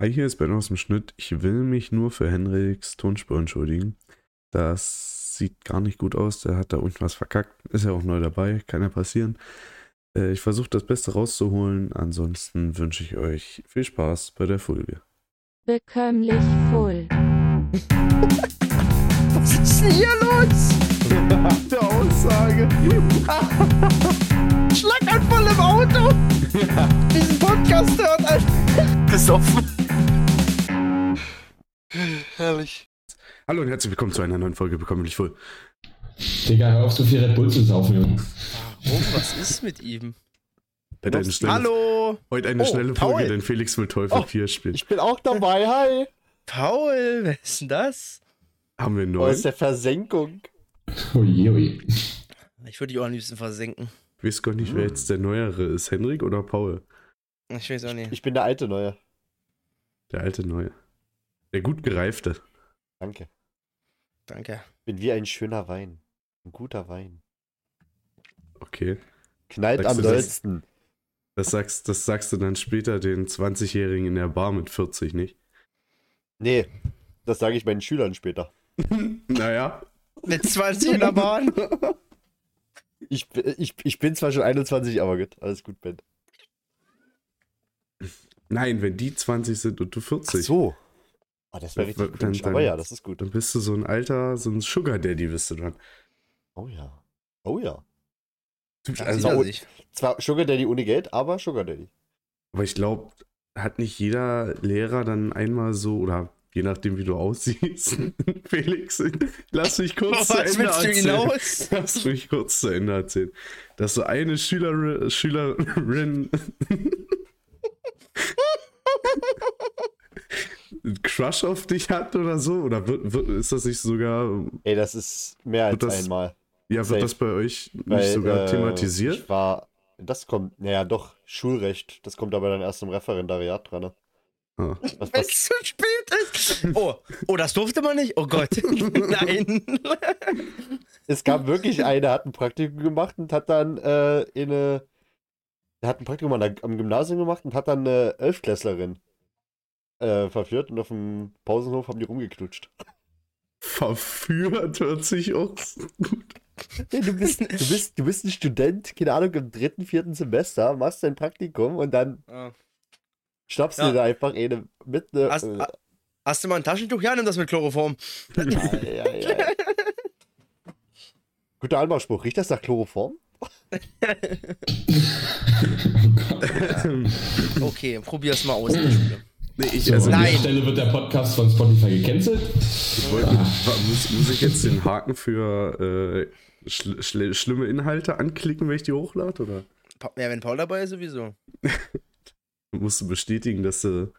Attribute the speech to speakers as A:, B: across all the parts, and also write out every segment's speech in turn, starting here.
A: Hi, hier ist Ben aus dem Schnitt. Ich will mich nur für Henriks Tonspur entschuldigen. Das sieht gar nicht gut aus. Der hat da unten was verkackt. Ist ja auch neu dabei. Kann ja passieren. Äh, Ich versuche das Beste rauszuholen. Ansonsten wünsche ich euch viel Spaß bei der Folge.
B: Bekömmlich voll.
C: Was ist denn hier los?
A: Der Aussage.
C: Schlaganfall im Auto? Diesen Podcast hört ein.
D: besoffen. Herrlich.
A: Hallo und herzlich willkommen zu einer neuen Folge Bekommlich Voll.
E: Digga, hör auf, so viel Red Bull zu saufen, Junge.
D: Warum? Oh, Was ist mit ihm?
A: Heute eine schnelle,
C: Hallo,
A: Heute eine
C: Oh,
A: schnelle
C: Paul.
A: Folge, denn Felix will Teufel
C: Oh.
A: 4 spielen.
C: ich bin auch dabei. Hi.
D: Paul, wer ist denn das?
A: Haben wir
C: Oh,
A: neun?
C: ist der Versenkung.
E: Oje, oje.
D: Ich würde die auch am liebsten versenken.
A: Ich weiß gar nicht, wer jetzt der Neuere ist. Henrik oder Paul?
D: Ich weiß auch nicht.
C: Ich bin der alte Neue.
A: Der alte Neue. Der gut gereifte.
C: Danke.
D: Danke.
C: Bin wie ein schöner Wein. Ein guter Wein.
A: Okay.
C: Knallt
A: Sagst
C: am
A: du das?
C: dollsten.
A: Das sagst, das sagst du dann später den 20-Jährigen in der Bar mit 40, nicht?
C: Nee, das sage ich meinen Schülern später.
A: Naja.
D: Mit 20 in der Bahn.
C: Ich, bi- ich, ich bin zwar schon 21, aber gut. Alles gut, Ben.
A: Nein, wenn die 20 sind und du 40,
C: so. Ah, das wäre
A: Dann-
C: richtig
A: dann-
C: cringe.
A: dann-
C: Aber ja, das ist gut.
A: dann bist du so ein alter, so ein Sugar Daddy bist du dann.
C: Oh ja. Oh ja.
D: Also,
C: Also-
D: ich.
C: Zwar Sugar Daddy ohne Geld, aber Sugar Daddy.
A: Aber ich glaube, hat nicht jeder Lehrer dann einmal so, oder je nachdem, wie du aussiehst, Felix, lass mich kurz
D: Was
A: zu Ende
D: willst du
A: erzählen.
D: hinaus?
A: Lass mich kurz zu Ende erzählen. Dass so eine Schülerin, Schülerin einen Crush auf dich hat oder so? Oder wird, wird, ist das nicht sogar,
C: Ey, das ist mehr als
A: Wird das-
C: einmal.
A: ja,
C: Safe.
A: wird das bei euch nicht
C: Weil,
A: sogar
C: äh,
A: thematisiert?
C: Ich war, das kommt, naja, doch, Schulrecht. Das kommt aber dann erst im Referendariat dran. Ne?
A: Ah.
C: Was,
D: Wenn
C: was,
D: es zu spät ist. Oh, oh, das durfte man nicht? Oh Gott. Nein.
C: es gab wirklich eine, hat ein Praktikum gemacht und hat dann äh, eine, der hat ein Praktikum an der, am Gymnasium gemacht und hat dann eine Elfklässlerin äh, verführt und auf dem Pausenhof haben die rumgeknutscht.
A: Verführt hört sich auch so gut.
C: Hey, du, bist, du, bist, du bist ein Student, keine Ahnung, im dritten, vierten Semester, machst dein Praktikum und dann
D: Ah.
C: schnappst du
D: Ja.
C: dir da einfach eine mit eine.
D: Hast,
C: äh,
D: ha- hast du mal ein Taschentuch? Ja, nimm das mit Chloroform.
C: Ei, ei, ei. Guter Anmachspruch. Riecht das nach Chloroform?
E: Oh Gott.
D: Okay, probier's mal aus. in der Schule.
A: Nee, ich,
E: So,
A: also,
E: an
D: Nein.
E: der Stelle wird der Podcast von Spotify gecancelt.
A: ich wollte, wa- muss, muss ich jetzt den Haken für äh, schl schl schlimme Inhalte anklicken, wenn ich die hochlade? Oder?
D: Pa- Ja, wenn Paul dabei ist, sowieso.
A: musst du bestätigen, dass du.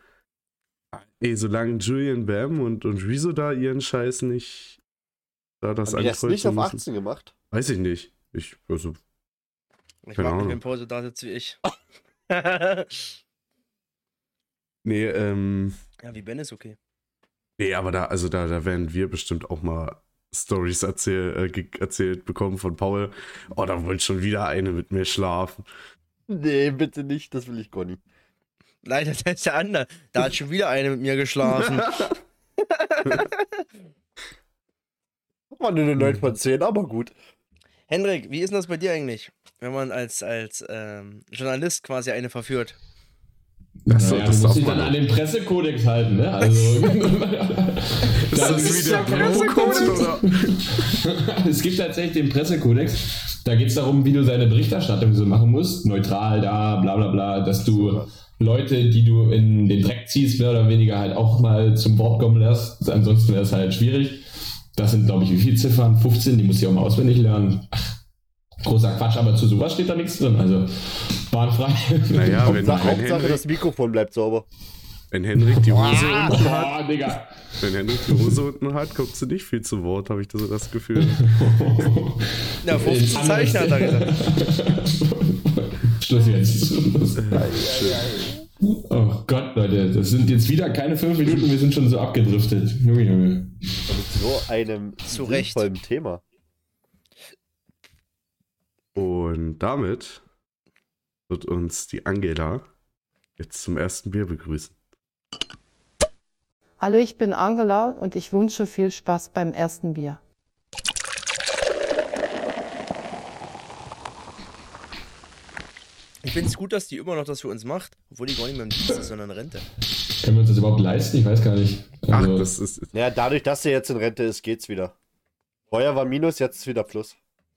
A: Ey, solange Julian Bam und, und Rezo da ihren Scheiß nicht. Da das
C: Haben die das nicht
A: ankreuzen
C: auf
A: müssen.
C: 18 gemacht?
A: Weiß ich nicht. Ich, also,
D: Ich
A: Keine
D: mag nicht,
A: Ahnung.
D: wenn Paul so da sitzt wie ich. ja,
A: nee, ähm.
D: wie Ben ist okay.
A: Nee, aber da, also da, da werden wir bestimmt auch mal Stories erzähl, äh, ge- erzählt bekommen von Paul. Oh, da wollte schon wieder eine mit mir schlafen.
C: Nee, bitte nicht. Das will ich gar nicht.
D: Nein, das ist der andere. Da hat schon wieder eine mit mir geschlafen.
C: War nur
A: Hm.
C: eine 9 von 10, aber gut.
D: Henrik, wie ist denn das bei dir eigentlich? Wenn man als, als ähm, Journalist quasi eine verführt.
A: Das,
E: naja,
A: das
E: du
A: darf
E: musst dich
A: man
E: dann
A: auch.
E: an den Pressekodex halten, ne? Also.
A: Das
E: Da-
A: ist wie der
E: Pressekodex.
A: Blumenkodex, oder?
E: Es gibt tatsächlich den Pressekodex. Da geht es darum, wie du deine Berichterstattung so machen musst. Neutral da, bla bla bla, dass du Leute, die du in den Dreck ziehst, mehr oder weniger halt auch mal zum Wort kommen lässt. Ansonsten wäre es halt schwierig. Das sind, glaube ich, wie viele Ziffern? 15, die musst du ja auch mal auswendig lernen. Ach, großer Quatsch, aber zu sowas steht da nichts drin. Also, bahnfrei.
A: Naja, wenn,
C: Hauptsache,
A: wenn,
C: Hauptsache
A: Henrik,
C: das Mikrofon bleibt sauber.
A: wenn Henrik die Hose unten hat,
E: Boah, Oh, Digga.
A: wenn Henrik die Hose unten hat, kommst du nicht viel zu Wort, habe ich so das Gefühl.
D: Na, 15 Zeichen hat er gesagt.
E: Schluss jetzt. Schluss.
A: Schön.
E: Oh Gott, Leute, das sind jetzt wieder keine fünf Minuten, wir sind schon so abgedriftet. Junge, Junge.
C: Und mit so einem
D: Zu Recht.
C: sinnvollen Thema.
A: Und damit wird uns die Angela jetzt zum ersten Bier begrüßen.
F: Hallo, ich bin Angela und ich wünsche viel Spaß beim ersten Bier.
D: Ich finde es gut, dass die immer noch das für uns macht, obwohl die gar nicht mehr im Dienst ist, sondern in Rente.
E: Können wir uns das überhaupt leisten? Ich weiß gar nicht.
A: Ach,
E: Also,
A: das ist.
C: Naja, dadurch, dass sie jetzt in Rente ist, geht's wieder. Vorher war Minus, jetzt ist wieder Plus.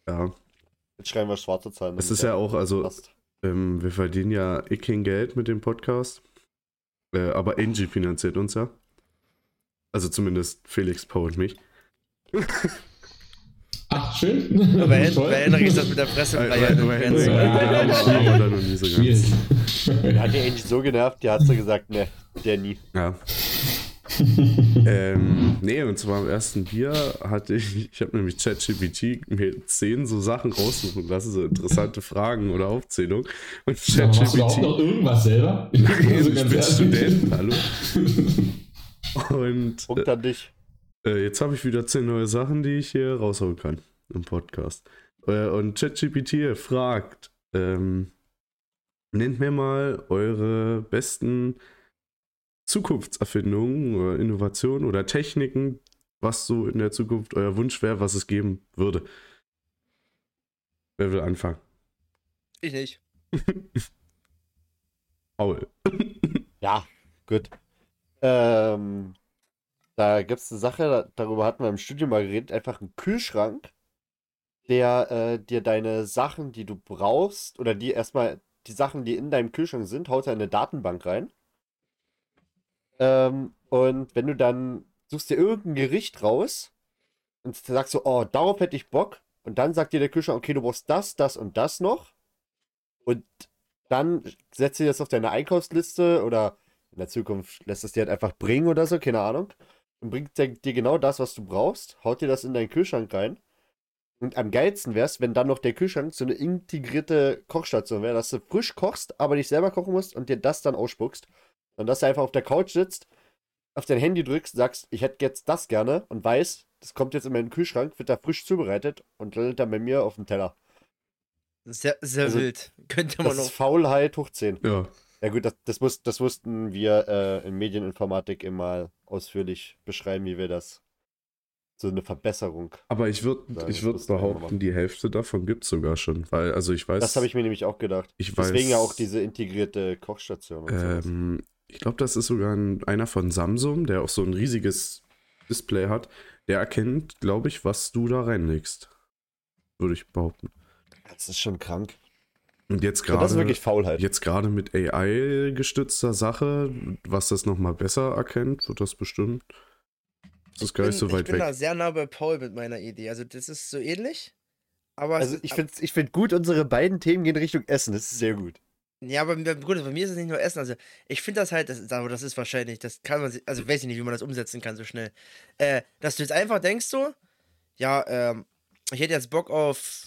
A: Ja.
C: Jetzt schreiben wir schwarze Zahlen.
A: Es ist ja auch, also,
C: Passt.
A: ähm, wir verdienen ja eh kein Geld mit dem Podcast. Äh, aber Angie finanziert uns ja. Also zumindest Felix, Paul und mich.
E: Ach, schön.
D: Aber bei, Hen
E: Toll.
D: bei Henrik ist das mit der Pressefreiheit
A: Weil- weil-
D: ganz
A: weil-
E: Ah, Ja.
A: weil-
E: Ja.
A: weil- weil- genau. noch nie so ganz.
E: Ah, Schwierig.
C: Da hat die Angie so genervt, die hat sie gesagt, ne, der nie.
A: Ja. ähm, nee, und zwar am ersten Bier hatte ich, ich habe nämlich ChatGPT mir zehn so Sachen raussuchen lassen, so interessante Fragen oder Aufzählung. Und
E: Aber machst du überhaupt noch
A: ChatGPT,
E: irgendwas selber?
A: ich
E: Also ganz
A: bin
E: ehrlich.
A: Student, hallo. Und
C: Punkt an dich.
A: äh, jetzt habe ich wieder zehn neue Sachen, die ich hier rausholen kann im Podcast. Äh, und ChatGPT fragt, ähm, nennt mir mal eure besten Zukunftserfindungen oder Innovationen oder Techniken, was so in der Zukunft euer Wunsch wäre, was es geben würde. Wer will anfangen?
D: Ich nicht.
A: Paul.
C: Ja, gut. Ähm, da gibt es eine Sache, da- darüber hatten wir im Studio mal geredet, einfach einen Kühlschrank, der äh, dir deine Sachen, die du brauchst, oder die erstmal die Sachen, die in deinem Kühlschrank sind, haut er in eine Datenbank rein. Ähm, und wenn du dann suchst dir irgendein Gericht raus und sagst so, oh, darauf hätte ich Bock, und dann sagt dir der Kühlschrank, okay, du brauchst das, das und das noch. Und dann setzt dir das auf deine Einkaufsliste oder in der Zukunft lässt es dir halt einfach bringen oder so, keine Ahnung. Und bringt dir dir genau das, was du brauchst, haut dir das in deinen Kühlschrank rein. Und am geilsten wär's, wenn dann noch der Kühlschrank so eine integrierte Kochstation wäre, dass du frisch kochst, aber nicht selber kochen musst und dir das dann ausspuckst. Und dass du einfach auf der Couch sitzt, auf dein Handy drückst, sagst, ich hätte jetzt das gerne und weiß, das kommt jetzt in meinen Kühlschrank, wird da frisch zubereitet und landet dann bei mir auf dem Teller.
D: Sehr, sehr
C: Also,
D: wild. Könnte man
C: Das ist
D: noch.
C: Faulheit hoch 10.
A: Ja.
C: Ja gut, das, das, muss, das mussten wir äh, in Medieninformatik immer ausführlich beschreiben, wie wir das. So eine Verbesserung.
A: Aber ich würde
C: Sagen,
A: ich würd
C: das muss man
A: behaupten,
C: machen.
A: die Hälfte davon gibt es sogar schon. Weil, also ich weiß.
C: Das habe ich mir nämlich auch gedacht.
A: ich
C: Deswegen ja
A: weiß-
C: auch diese integrierte Kochstation und sowas.
A: Ähm, ich glaube, das ist sogar ein, einer von Samsung, der auch so ein riesiges Display hat. Der erkennt, glaube ich, was du da reinlegst. Würde ich behaupten.
C: Das ist schon krank.
A: Und jetzt
C: Ja, das ist
A: gerade
C: wirklich Faulheit.
A: jetzt gerade mit AI gestützter Sache, was das nochmal besser erkennt, wird das bestimmt. Das ist gar nicht so
D: ich
A: weit
D: bin da
A: weg.
D: sehr nah bei Paul mit meiner Idee. Also das ist so ähnlich. Aber
C: Also ich finde ich find gut, unsere beiden Themen gehen Richtung Essen. Das ist sehr gut.
D: Ja, aber mir- gut, bei mir ist es nicht nur Essen. Also, ich finde das halt, das, aber das ist wahrscheinlich, das kann man sich, also weiß ich nicht, wie man das umsetzen kann so schnell. Äh, dass du jetzt einfach denkst so, ja, ähm, ich hätte jetzt Bock auf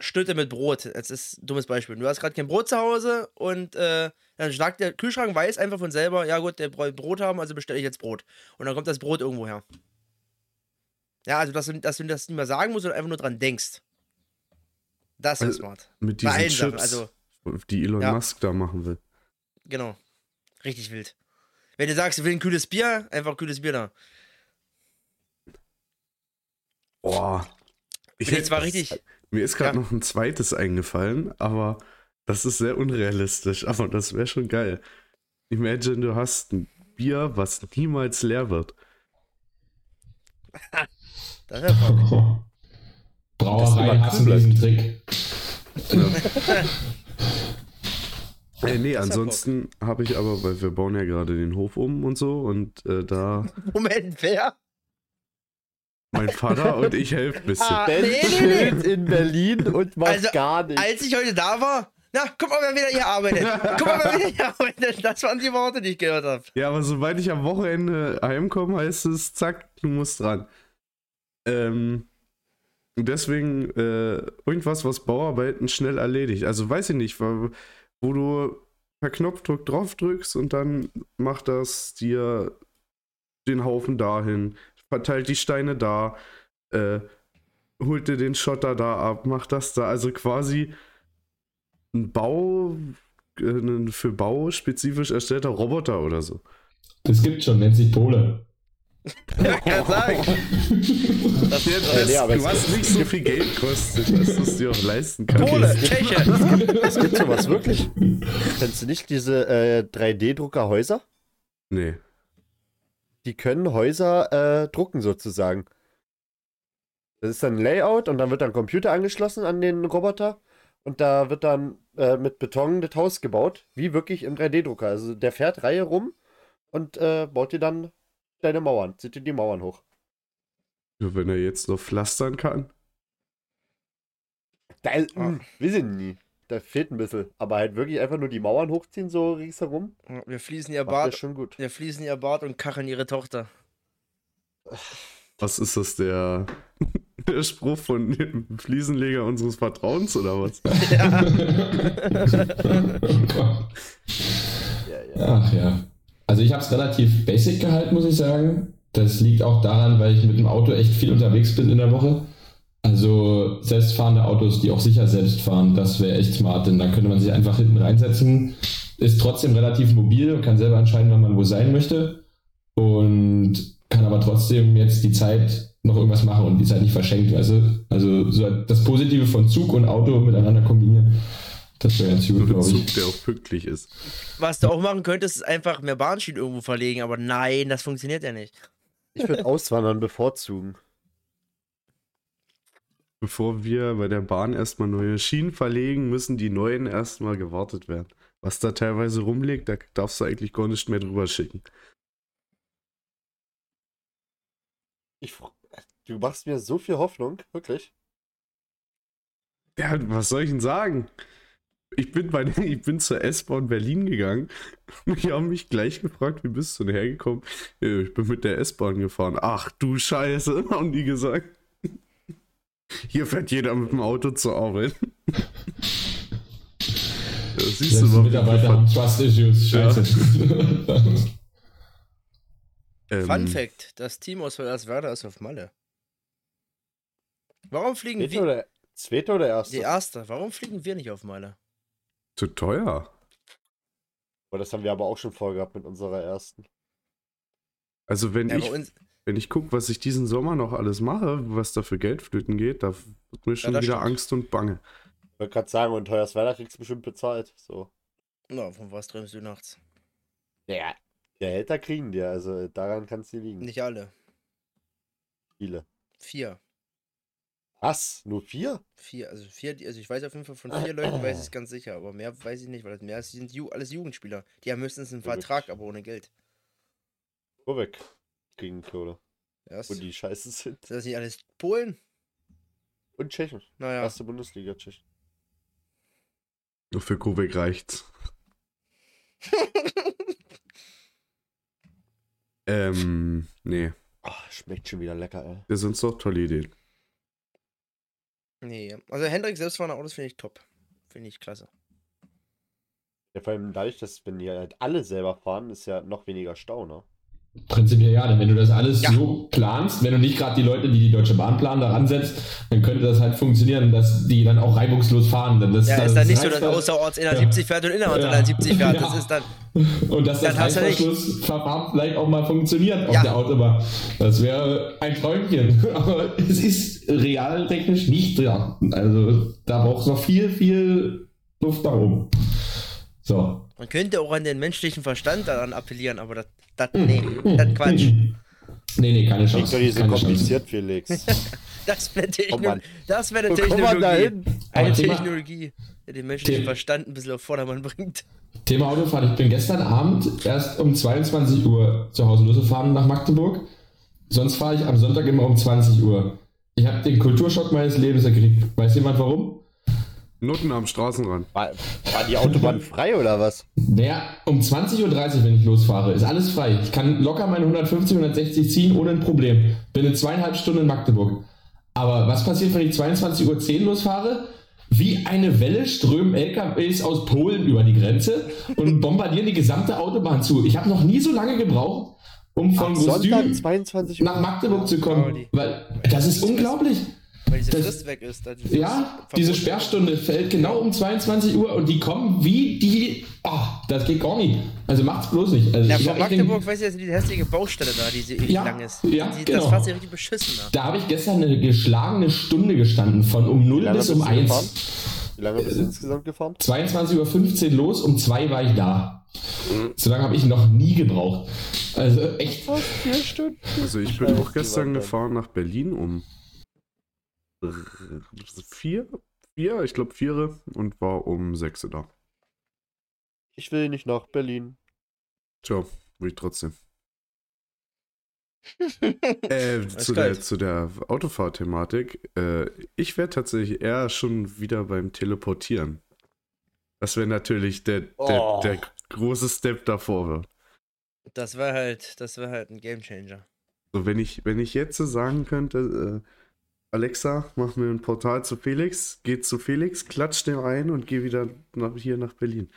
D: Schnitte mit Brot. Jetzt ist ein dummes Beispiel. Du hast gerade kein Brot zu Hause und äh, dann schlagt der Kühlschrank weiß einfach von selber, ja gut, der wollte Brot haben, also bestelle ich jetzt Brot. Und dann kommt das Brot irgendwo her. Ja, also, dass du, dass du das nicht mehr sagen musst, sondern einfach nur dran denkst. Das ist
A: Also,
D: smart.
A: Mit
D: Bei
A: diesen
D: allen
A: Chips,
D: Sachen, also-
A: die Elon
D: Ja.
A: Musk da machen will.
D: Genau. Richtig wild. Wenn du sagst, ich will ein kühles Bier, einfach kühles Bier da.
A: Boah.
D: Ich
A: hätte-
D: jetzt war richtig.
A: Mir ist gerade
D: Ja.
A: noch ein zweites eingefallen, aber das ist sehr unrealistisch. Aber das wäre schon geil. Imagine, du hast ein Bier, was niemals leer wird.
D: Das ist ja
E: Brauereien
A: immer
E: hassen
A: cool
E: diesen Trick.
A: Äh, nee,
D: Das ist ja
A: ansonsten habe ich aber, weil wir bauen ja gerade den Hof um und so und äh, da
D: Moment, wer?
A: mein Vater und ich helfen ein bisschen.
D: Ah,
C: Ben
D: nee, nee, nee.
C: chillt in Berlin und macht
D: Also,
C: gar nichts.
D: Als ich heute da war, na, guck mal, wer wieder hier arbeitet. Guck mal, wer wieder hier arbeitet. Das waren die Worte, die ich gehört habe.
A: Ja, aber sobald ich am Wochenende heimkomme, heißt es, zack, du musst dran. Ähm, und deswegen äh, irgendwas, was Bauarbeiten schnell erledigt. Also weiß ich nicht, wo, wo du per Knopfdruck drauf drückst und dann macht das dir den Haufen dahin, verteilt die Steine da, äh, holt dir den Schotter da ab, macht das da. Also quasi ein Bau, äh, ein für Bau spezifisch erstellter Roboter oder so.
E: Das gibt's schon, nennt sich Pole.
D: Kann sagen. Das,
C: nee,
D: das,
C: aber
A: du
C: es-
A: hast nicht so viel Geld gekostet, dass du es dir auch leisten kannst.
D: Kohle, Tschechien.
C: Es gibt sowas wirklich. Kennst du nicht diese äh, 3D-Druckerhäuser?
A: Nee.
C: Die können Häuser äh, drucken sozusagen. Das ist dann ein Layout und dann wird dann ein Computer angeschlossen an den Roboter und da wird dann äh, mit Beton das Haus gebaut, wie wirklich im 3D-Drucker. Also der fährt Reihe rum und äh, baut dir dann deine Mauern, zieht dir die Mauern hoch.
A: Ja, Wenn er jetzt noch pflastern kann.
C: Da äh, ist, mh, wir sind nie. Da fehlt ein bisschen. Aber halt wirklich einfach nur die Mauern hochziehen, so ringsherum.
D: Wir fließen ihr
C: Macht das
D: Bart,
C: schon gut.
D: wir fließen ihr Bart und kacheln ihre Tochter.
A: Was ist das, der, der Spruch von dem Fliesenleger unseres Vertrauens oder was?
E: oh Gott.
C: Ja, ja.
E: Ach ja. Also ich habe es relativ basic gehalten, muss ich sagen. Das liegt auch daran, weil ich mit dem Auto echt viel unterwegs bin in der Woche. Also selbstfahrende Autos, die auch sicher selbst fahren, das wäre echt smart, denn da könnte man sich einfach hinten reinsetzen. Ist trotzdem relativ mobil und kann selber entscheiden, wann man wo sein möchte. Und kann aber trotzdem jetzt die Zeit noch irgendwas machen und die Zeit nicht verschenkt, weißt du? Also so das Positive von Zug und Auto miteinander kombinieren, das wäre ganz gut,
A: Nur ein
E: glaube ich.
A: Zug, der auch pünktlich ist.
D: Was du auch machen könntest, ist einfach mehr Bahnschienen irgendwo verlegen, aber nein, das funktioniert ja nicht.
C: Ich würde Auswandern bevorzugen.
A: Bevor wir bei der Bahn erstmal neue Schienen verlegen, müssen die neuen erstmal gewartet werden. Was da teilweise rumliegt, da darfst du eigentlich gar nicht mehr drüber schicken.
C: Ich, fr- du machst mir so viel Hoffnung, wirklich.
A: Ja, was soll ich denn sagen? Ich bin, bei, ich bin zur S-Bahn Berlin gegangen. Die haben mich gleich gefragt, wie bist du denn hergekommen? Äh, Ich bin mit der S-Bahn gefahren. Ach du Scheiße, haben die gesagt. Hier fährt jeder mit dem Auto zur Arbeit. Da siehst du
E: Selbst
A: mal,
E: die
A: wie
E: Mitarbeiter haben Trust Issues. Scheiße.
A: ähm,
D: Fun Fact: Das Team aus Hoyerswerda ist auf Malle. Warum fliegen
C: Zweite
D: wir.
C: oder, zweite oder erste?
D: Die erste. Warum fliegen wir nicht auf Malle?
A: Zu teuer.
C: Aber das haben wir aber auch schon vorgehabt mit unserer ersten.
A: Also wenn
D: Ja,
A: ich
D: bei uns,
A: wenn ich gucke, was ich diesen Sommer noch alles mache, was da für Geld flöten geht, da wird mir schon
D: das
A: wieder
D: stimmt.
A: Angst und Bange.
C: Ich wollte gerade sagen, und teuer Weihnachten kriegst du bestimmt bezahlt. So.
D: na, von was träumst du nachts?
C: Ja. Gehälter kriegen dir, also daran kannst du liegen.
D: Nicht alle.
C: viele.
D: Vier.
C: Was? Nur vier?
D: Vier, also vier, also ich weiß auf jeden Fall von vier Leuten, weiß ich es ganz sicher, aber mehr weiß ich nicht, weil das mehr ist, die sind Ju alles Jugendspieler. Die haben höchstens einen
C: Ja, gut.
D: Vertrag, aber ohne Geld.
C: Nur weg. Kriegen Kohle.
D: Ja, ist,
C: Und
D: sind
C: die Scheiße sind.
D: das nicht alles Polen?
C: Und Tschechen.
D: Naja,
C: Erste Bundesliga Tschechen.
A: Nur für Kubik reicht's. ähm, nee.
C: Ah, schmeckt schon wieder lecker, ey.
A: Das sind doch tolle Ideen.
D: nee. Also Hendrik selbstfahrende Autos finde ich top. Finde ich klasse.
C: Ja, vor allem dadurch, dass wenn die halt alle selber fahren, ist ja noch weniger Stau, ne?
E: Prinzipiell ja, denn wenn du das alles
D: Ja.
E: so planst, wenn du nicht gerade die Leute, die die Deutsche Bahn planen, da ransetzt, dann könnte das halt funktionieren, dass die dann auch reibungslos fahren. Denn das,
D: Ja,
E: das
D: ist dann nicht so, dass
E: reicht halt.
D: außerorts innerhalb
E: Ja.
D: 70 fährt und innerhalb
E: Ja.
D: 170 fährt. Das
E: Ja.
D: ist dann,
E: Und dass das
D: Dann hast du nicht-
E: Reißverschlussverfahren vielleicht auch mal funktioniert auf
D: Ja.
E: der Autobahn. Das wäre ein Träumchen. Aber es ist realtechnisch nicht dran. Also da braucht es noch viel, viel Luft nach oben. So.
D: man könnte auch an den menschlichen Verstand daran appellieren, aber das, das, nee, das Quatsch.
E: Nee, nee, keine
C: Klingt
E: Chance.
C: doch nicht so
E: Keine Chance.
C: kompliziert, Felix.
D: Das wäre
C: Oh
D: Techno
C: Mann.
D: das wär eine
C: Wo kommt man da
D: Technologie.
C: hin?
D: Eine
E: Aber Thema-
D: Technologie, die den menschlichen
E: Thema-
D: Verstand ein bisschen auf Vordermann bringt.
E: Thema Autofahren. Ich bin gestern Abend erst um 22 Uhr zu Hause losgefahren nach Magdeburg. Sonst fahre ich am Sonntag immer um 20 Uhr. Ich habe den Kulturschock meines Lebens gekriegt. Weiß jemand warum?
A: Noten am Straßenrand.
C: War, war die Autobahn frei oder was?
E: Naja, um 20.30 Uhr, wenn ich losfahre, ist alles frei. Ich kann locker meine 150, 160 ziehen ohne ein Problem. Bin in zweieinhalb Stunden in Magdeburg. Aber was passiert, wenn ich 22.10 Uhr losfahre? Wie eine Welle strömen LKWs aus Polen über die Grenze und bombardieren die gesamte Autobahn zu. Ich habe noch nie so lange gebraucht, um von
C: Sonntag
E: Gostüm
C: 22 Uhr.
E: nach Magdeburg zu kommen.
D: Audi.
E: Weil das ist unglaublich.
D: Weil weil diese
E: Das-
D: Frist weg ist. Also
E: Ja, diese Sperrstunde fällt genau um 22 Uhr und die kommen wie die. Oh, das geht gar nicht. Also macht's bloß nicht. Also
D: Ja,
E: ich
D: von
E: hab echt den-
D: Magdeburg, weißt du, jetzt diese hässliche Baustelle da, die so ewig
E: Ja,
D: lang ist.
E: ja,
D: die,
E: genau.
D: Das fand ich richtig beschissen da.
E: Da habe ich gestern eine geschlagene Stunde gestanden, von um 0
C: lange
E: bis
C: bist
E: um
C: du
E: 1.
C: gefahren? Wie lange bist du insgesamt gefahren?
E: 22.15 Uhr los, um 2 war ich da.
D: Mhm.
E: So lange habe ich noch nie gebraucht. Also echt.
C: Fast vier Stunden.
A: Also ich bin
C: Scheiße,
A: auch gestern
C: Mann.
A: gefahren nach Berlin um vier, vier, ich glaube vier und war um sechs da.
C: Ich will nicht nach Berlin.
A: Tja, will ich trotzdem. äh,
D: Alles
A: zu, der,
D: kalt.
A: zu der Autofahrthematik. Äh, ich wäre tatsächlich eher schon wieder beim Teleportieren. Das wäre natürlich der, der,
C: Oh.
A: der große Step davor. Wär.
D: Das war halt, das war halt ein Gamechanger.
A: So, wenn ich, wenn ich jetzt so sagen könnte, äh, Alexa, mach mir ein Portal zu Felix, geh zu Felix, klatsch dem ein und geh wieder nach, hier nach Berlin.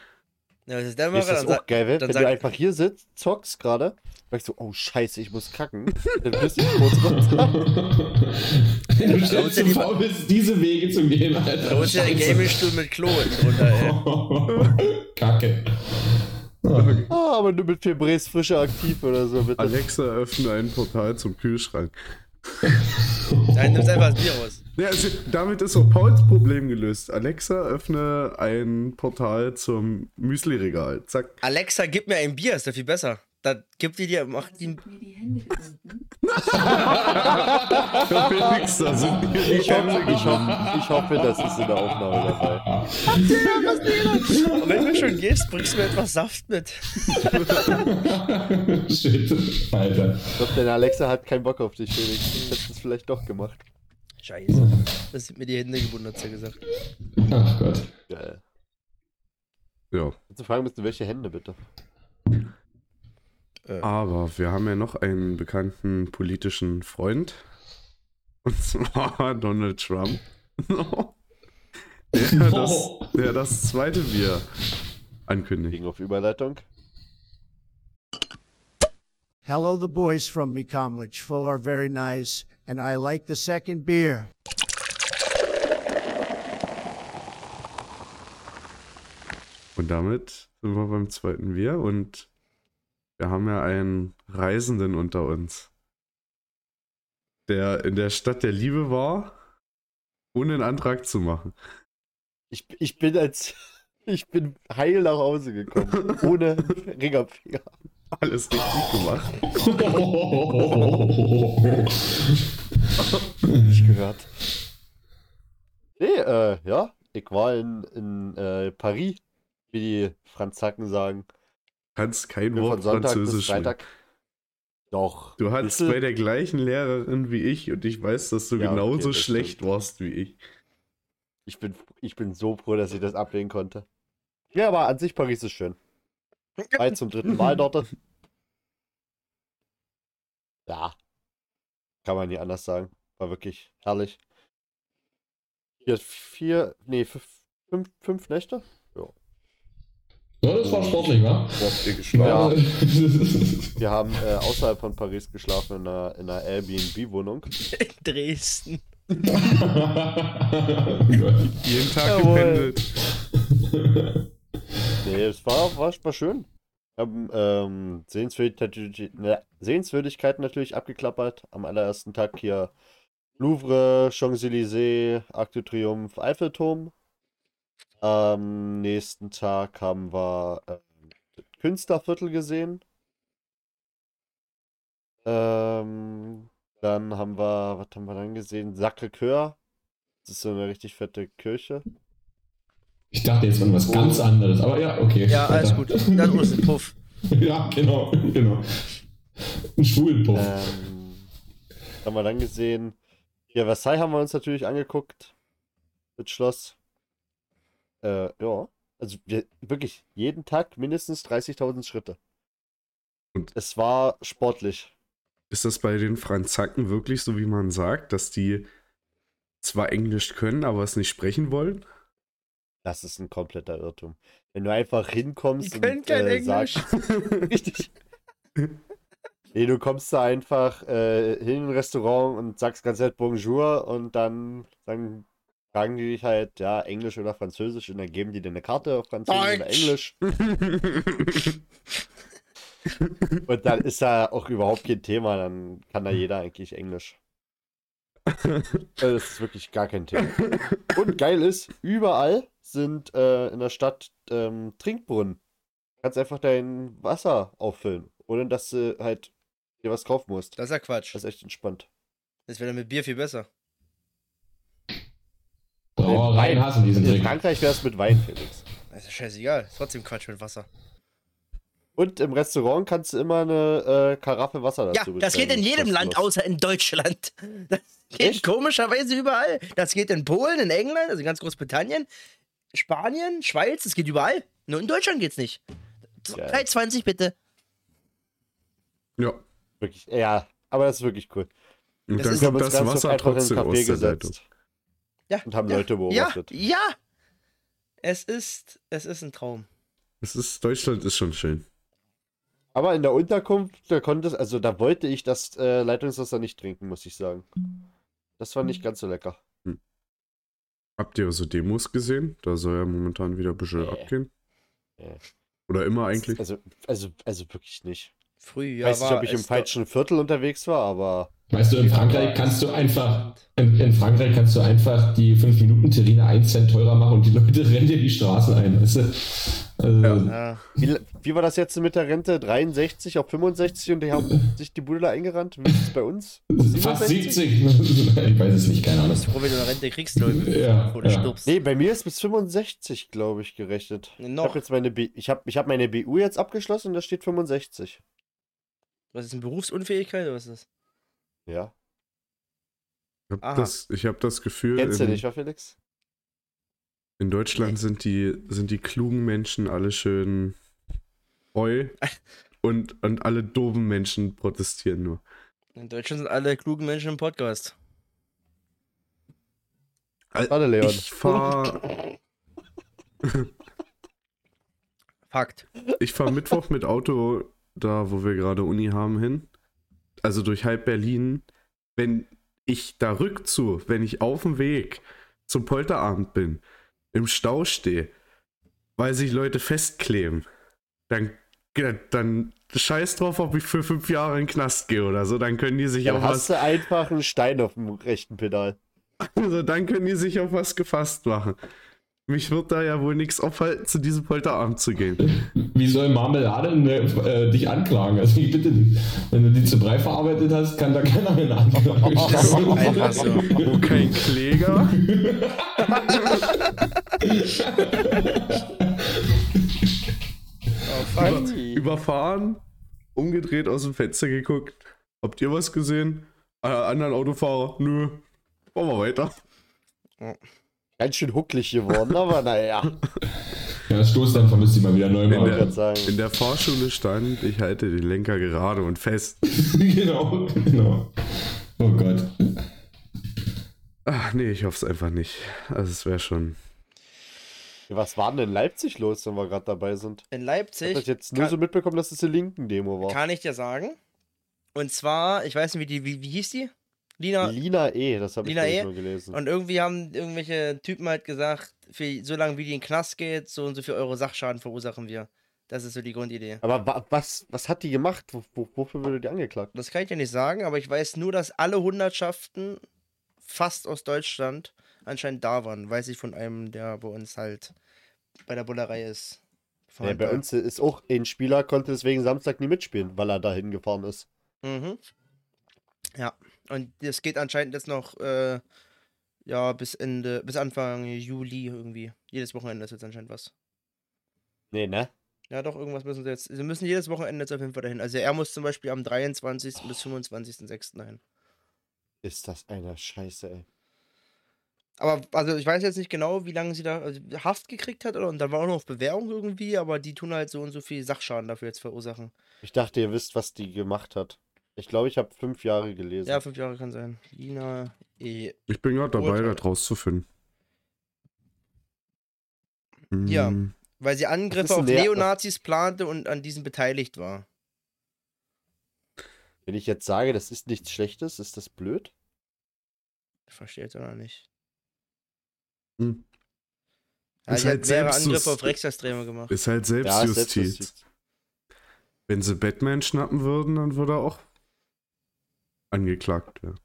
D: Ja, das ist der
C: Mir ist
D: Macher,
C: das
D: dann sa-
C: auch geil, wenn,
D: dann
C: wenn
D: sag-
C: du einfach hier sitzt, zockst gerade, sagst du, oh scheiße, ich muss kacken. Dann bist du kurz runter.
E: du stellst
D: ja
E: zu
D: die-
E: faul bist, diese Wege zu gehen, Alter.
D: Da holst du ja den
E: Scheiße.
D: Gaming-Stuhl mit Klo unten drunter, ey.
E: Kacke.
C: Ah, aber du mit Febres frische aktiv oder so, bitte.
A: Alexa, öffne ein Portal zum Kühlschrank.
D: Dann nimmst du einfach das Bier raus.
A: Ja, also, damit ist auch Pauls Problem gelöst. Alexa, öffne ein Portal zum Müsliregal. Zack.
D: Alexa, gib mir ein Bier, ist doch viel besser. Dann gibt die dir, macht die.
A: Felix, da sind die
C: Ich hoffe, ich, hoffe, ich hoffe, das ist in der Aufnahme dabei.
D: Und wenn du schon gehst, bringst du mir etwas Saft mit.
E: Shit, Alter.
C: Ich glaube, deine Alexa hat keinen Bock auf dich, Felix. Hättest es vielleicht doch gemacht.
D: Scheiße. Das sind mir die Hände gebunden, hat sie gesagt.
E: Ach Gott.
C: Geil.
A: Ja,
C: Zu fragen müsste, welche Hände bitte?
A: aber wir haben ja noch einen bekannten politischen Freund. Und zwar Donald Trump. der, das, der das zweite Bier ankündigt.
C: Wegen auf Überleitung.
G: Hello, the boys from Mecomlich Full are very nice, and I like the second beer.
A: Und damit sind wir beim zweiten Bier und wir haben ja einen Reisenden unter uns, der in der Stadt der Liebe war, ohne einen Antrag zu machen.
C: Ich, ich bin als. Ich bin heil nach Hause gekommen. Ohne Ringerfinger.
A: Alles richtig gemacht.
C: Nicht gehört. Nee, äh, ja. Ich war in, in äh, Paris, wie die Franzaken sagen.
A: Kannst kein
C: Bin
A: Wort
C: von Sonntag bis
A: Französisch.
C: Freitag. Doch.
A: Du hattest
C: Bisschen-
A: bei der gleichen Lehrerin wie ich und ich weiß, dass du
C: Ja, okay,
A: genauso
C: das
A: schlecht
C: stimmt.
A: warst wie ich.
C: Ich bin, ich bin so froh, dass ich das ablehnen konnte. Ja, aber an sich Paris ist schön. War jetzt zum dritten Mal dort. Ja. Kann man nie anders sagen. War wirklich herrlich. Hier ist vier, nee, fünf, fünf, fünf Nächte?
E: Ja, das war sportlich, wa?
C: Ja.
E: Ja.
C: Wir haben äh, außerhalb von Paris geschlafen in einer, in einer Airbnb-Wohnung.
D: In Dresden.
A: Jeden Tag
C: Jawohl.
A: gependelt.
C: Nee, es war, war, war schön. Haben ähm, Sehenswürdigkeit, ne, Sehenswürdigkeiten natürlich abgeklappert. Am allerersten Tag hier Louvre, Champs-Élysées, Arc de Triomphe, Eiffelturm. Am nächsten Tag haben wir äh, das Künstlerviertel gesehen. Ähm, dann haben wir, was haben wir dann gesehen? Sacré-Cœur. Das ist so eine richtig fette Kirche.
E: Ich dachte jetzt an was ganz anderes, aber ja, okay.
D: Ja, alles gut. Dann ist ein Puff.
E: Ja, genau, genau. Ein Schwulenpuff.
C: Ähm, was haben wir dann gesehen? Ja, Versailles haben wir uns natürlich angeguckt. Mit Schloss. Äh, ja. Also wir, wirklich jeden Tag mindestens 30.000 Schritte.
A: Und-
C: es war sportlich.
A: Ist das bei den Franzaken wirklich so, wie man sagt, dass die zwar Englisch können, aber es nicht sprechen wollen?
C: Das ist ein kompletter Irrtum. Wenn du einfach hinkommst äh,
D: Die können
C: und
D: kein
C: äh, sagst, richtig. Nee, du kommst da einfach äh, hin in ein Restaurant und sagst ganz nett Bonjour und dann sagen, fragen die dich halt, ja, Englisch oder Französisch und dann geben die dir eine Karte auf Französisch oder
D: Deutsch.
C: Englisch. Und dann ist da auch überhaupt kein Thema, dann kann da jeder eigentlich Englisch. Also Das ist wirklich gar kein Thema. Und geil ist, überall sind äh, in der Stadt ähm, Trinkbrunnen. Du kannst einfach dein Wasser auffüllen, ohne dass du halt dir was kaufen musst.
D: Das ist ja Quatsch.
C: Das ist echt entspannt.
D: Das wäre dann mit Bier viel besser.
E: Brauereien hassen diesen
C: In
E: Trick.
C: Frankreich wäre es mit Wein, Felix.
D: Das ist ja scheißegal. Trotzdem Quatsch mit Wasser.
C: Und im Restaurant kannst du immer eine äh, Karaffe Wasser dazu
D: Ja, das geht in jedem Land,
C: kostenlos.
D: außer in Deutschland. Das geht
C: Echt?
D: komischerweise überall. Das geht in Polen, in England, also in ganz Großbritannien, Spanien, Schweiz, das geht überall. Nur in Deutschland geht's nicht.
C: Geil.
D: 3,20 bitte.
A: Ja.
C: Wirklich, ja, aber das ist wirklich cool.
A: Und
D: Das
A: dann
D: ist-
A: kommt
C: uns
A: das
C: ganz oft
A: Wasser
C: einfach in ein
A: trotzdem
C: Café
A: aus der Leitung.
C: gesetzt
D: Ja.
C: und haben
D: ja,
C: Leute
D: ja,
C: beobachtet.
D: ja. Es ist, es ist ein Traum.
A: Es ist, Deutschland ist schon schön.
C: Aber in der Unterkunft, da konnte es, also da wollte ich das äh, Leitungswasser nicht trinken, muss ich sagen. Das war nicht ganz so lecker.
A: Habt ihr so Demos gesehen? Da soll ja momentan wieder ein bisschen
C: Nee.
A: abgehen.
C: Nee.
A: Oder immer eigentlich.
C: Also, also, also wirklich nicht. Ich
D: Früher
C: weiß nicht,
D: war
C: ob ich
D: es
C: im falschen Viertel unterwegs war, aber
E: Weißt du, in Frankreich kannst du einfach, in, in Frankreich kannst du einfach die 5-Minuten-Terrine 1 Cent teurer machen und die Leute rennen dir die Straßen ein, weißt du? Also,
D: doch- Ja.
C: wie, wie war das jetzt mit der Rente? 63 auf 65 und die haben sich die Bude da eingerannt? Wie ist es bei uns?
E: Fast 70. ich weiß es nicht, keine Ahnung.
D: Froh, wenn du eine Rente kriegst, glaube ich,
E: Ja,
D: bevor du
E: ja.
D: stirbst.
C: Nee, bei mir ist bis 65, glaube ich, gerechnet.
D: Noch.
C: Ich habe jetzt meine, B- ich hab, ich hab meine BU jetzt abgeschlossen und da steht 65.
D: Was ist eine Berufsunfähigkeit oder was ist das?
C: Ja.
A: Ich
D: Aha.
A: habe das, ich hab das Gefühl,
C: Kennst du
A: in,
C: nicht, wa, Felix?
A: in Deutschland sind, die, sind die klugen Menschen alle schön heu und, und alle doofen Menschen protestieren nur.
D: In Deutschland sind alle klugen Menschen im Podcast.
C: Warte, Leon.
A: Ich fahre
D: Fakt.
A: ich fahr Mittwoch mit Auto da, wo wir gerade Uni haben, hin. Also durch halb Berlin. Wenn ich da rückzu, wenn ich auf dem Weg zum Polterabend bin, im Stau stehe, weil sich Leute festkleben, dann, dann scheiß drauf, ob ich für fünf Jahre in den Knast gehe oder so. Dann können die sich
C: Dann
A: auf was
C: hast du einfach einen Stein auf dem rechten Pedal.
A: Also dann können die sich auf was gefasst machen. Mich wird da ja wohl nichts aufhalten, zu diesem Polterabend zu gehen.
E: Wie soll Marmelade äh, dich anklagen? Also ich bitte dich. Wenn du die zu Brei verarbeitet hast, kann da keiner einen anklagen.
D: Oh, Das ist einfach so.
A: Wo kein Kläger.
D: Oh,
A: Über, überfahren, umgedreht aus dem Fenster geguckt. Habt ihr was gesehen? Äh, anderen Autofahrer? Nö. Machen wir weiter.
C: Ganz schön hucklig geworden, aber naja,
E: Ja, stoß dann vermisst dich mal wieder neu
A: Wenn
C: ich
E: mal.
C: würde sagen.
A: In der Fahrschule stand, ich halte den Lenker gerade und fest.
E: genau, genau. Oh Gott.
A: Ach nee, ich hoffe es einfach nicht. Also es wäre schon.
C: Was war denn in Leipzig los, wenn wir gerade dabei sind?
D: In
C: Ich habe
D: Leipzig
C: jetzt nur
D: kann-
C: so mitbekommen, dass es eine linken Demo war.
D: kann ich dir sagen. Und zwar, ich weiß nicht, wie die, wie, wie hieß die? Lina.
C: Lina E, das habe ich
D: Lina
C: glaub ich
D: E.
C: nur gelesen.
D: Und irgendwie haben irgendwelche Typen halt gesagt, für, so lange wie die in den Knast geht, so und so viel Euro Sachschaden verursachen wir. Das ist so die Grundidee.
C: aber wa was, was hat die gemacht? Wo- wo- wofür wurde die angeklagt?
D: Das kann ich dir nicht sagen, aber ich weiß nur, dass alle Hundertschaften fast aus Deutschland anscheinend da waren. Weiß ich von einem, der bei uns halt bei der Bullerei ist. Vom
C: Ja, bei
D: Handball.
C: uns ist auch ein Spieler, konnte deswegen Samstag nie mitspielen, weil er da hingefahren ist.
D: Mhm. Ja, und das geht anscheinend jetzt noch äh, ja, bis Ende, bis Anfang Juli irgendwie. Jedes Wochenende ist jetzt anscheinend was.
C: Nee, ne?
D: Ja, doch, irgendwas müssen sie jetzt. Sie müssen jedes Wochenende jetzt auf jeden Fall dahin. Also er muss zum Beispiel am 23. bis 25.06. dahin.
C: Ist das eine Scheiße, ey.
D: Aber also ich weiß jetzt nicht genau, wie lange sie da also Haft gekriegt hat oder und dann war auch noch auf Bewährung irgendwie, aber die tun halt so und so viel Sachschaden dafür jetzt verursachen.
C: Ich dachte, ihr wisst, was die gemacht hat. Ich glaube, ich habe fünf Jahre gelesen.
D: Ja, fünf Jahre kann sein. Lina E.
A: Ich bin gerade dabei,
D: Urteil.
A: da draus zu finden.
D: Ja.
A: Mm.
D: Weil sie Angriffe
C: ist
D: auf
C: denn der-
D: Neonazis plante und an diesen beteiligt war.
C: Wenn ich jetzt sage, das ist nichts Schlechtes, ist das blöd?
D: Versteht oder nicht?
A: Hm.
D: Ja,
A: Ist halt
D: ich halt habe mehrere
A: selbst
D: Angriffe
A: so-
D: auf Rechtsextreme gemacht.
A: Ist halt
C: Ja, ist
A: Selbstjustiz. Wenn sie Batman schnappen würden, dann würde er auch angeklagt werden.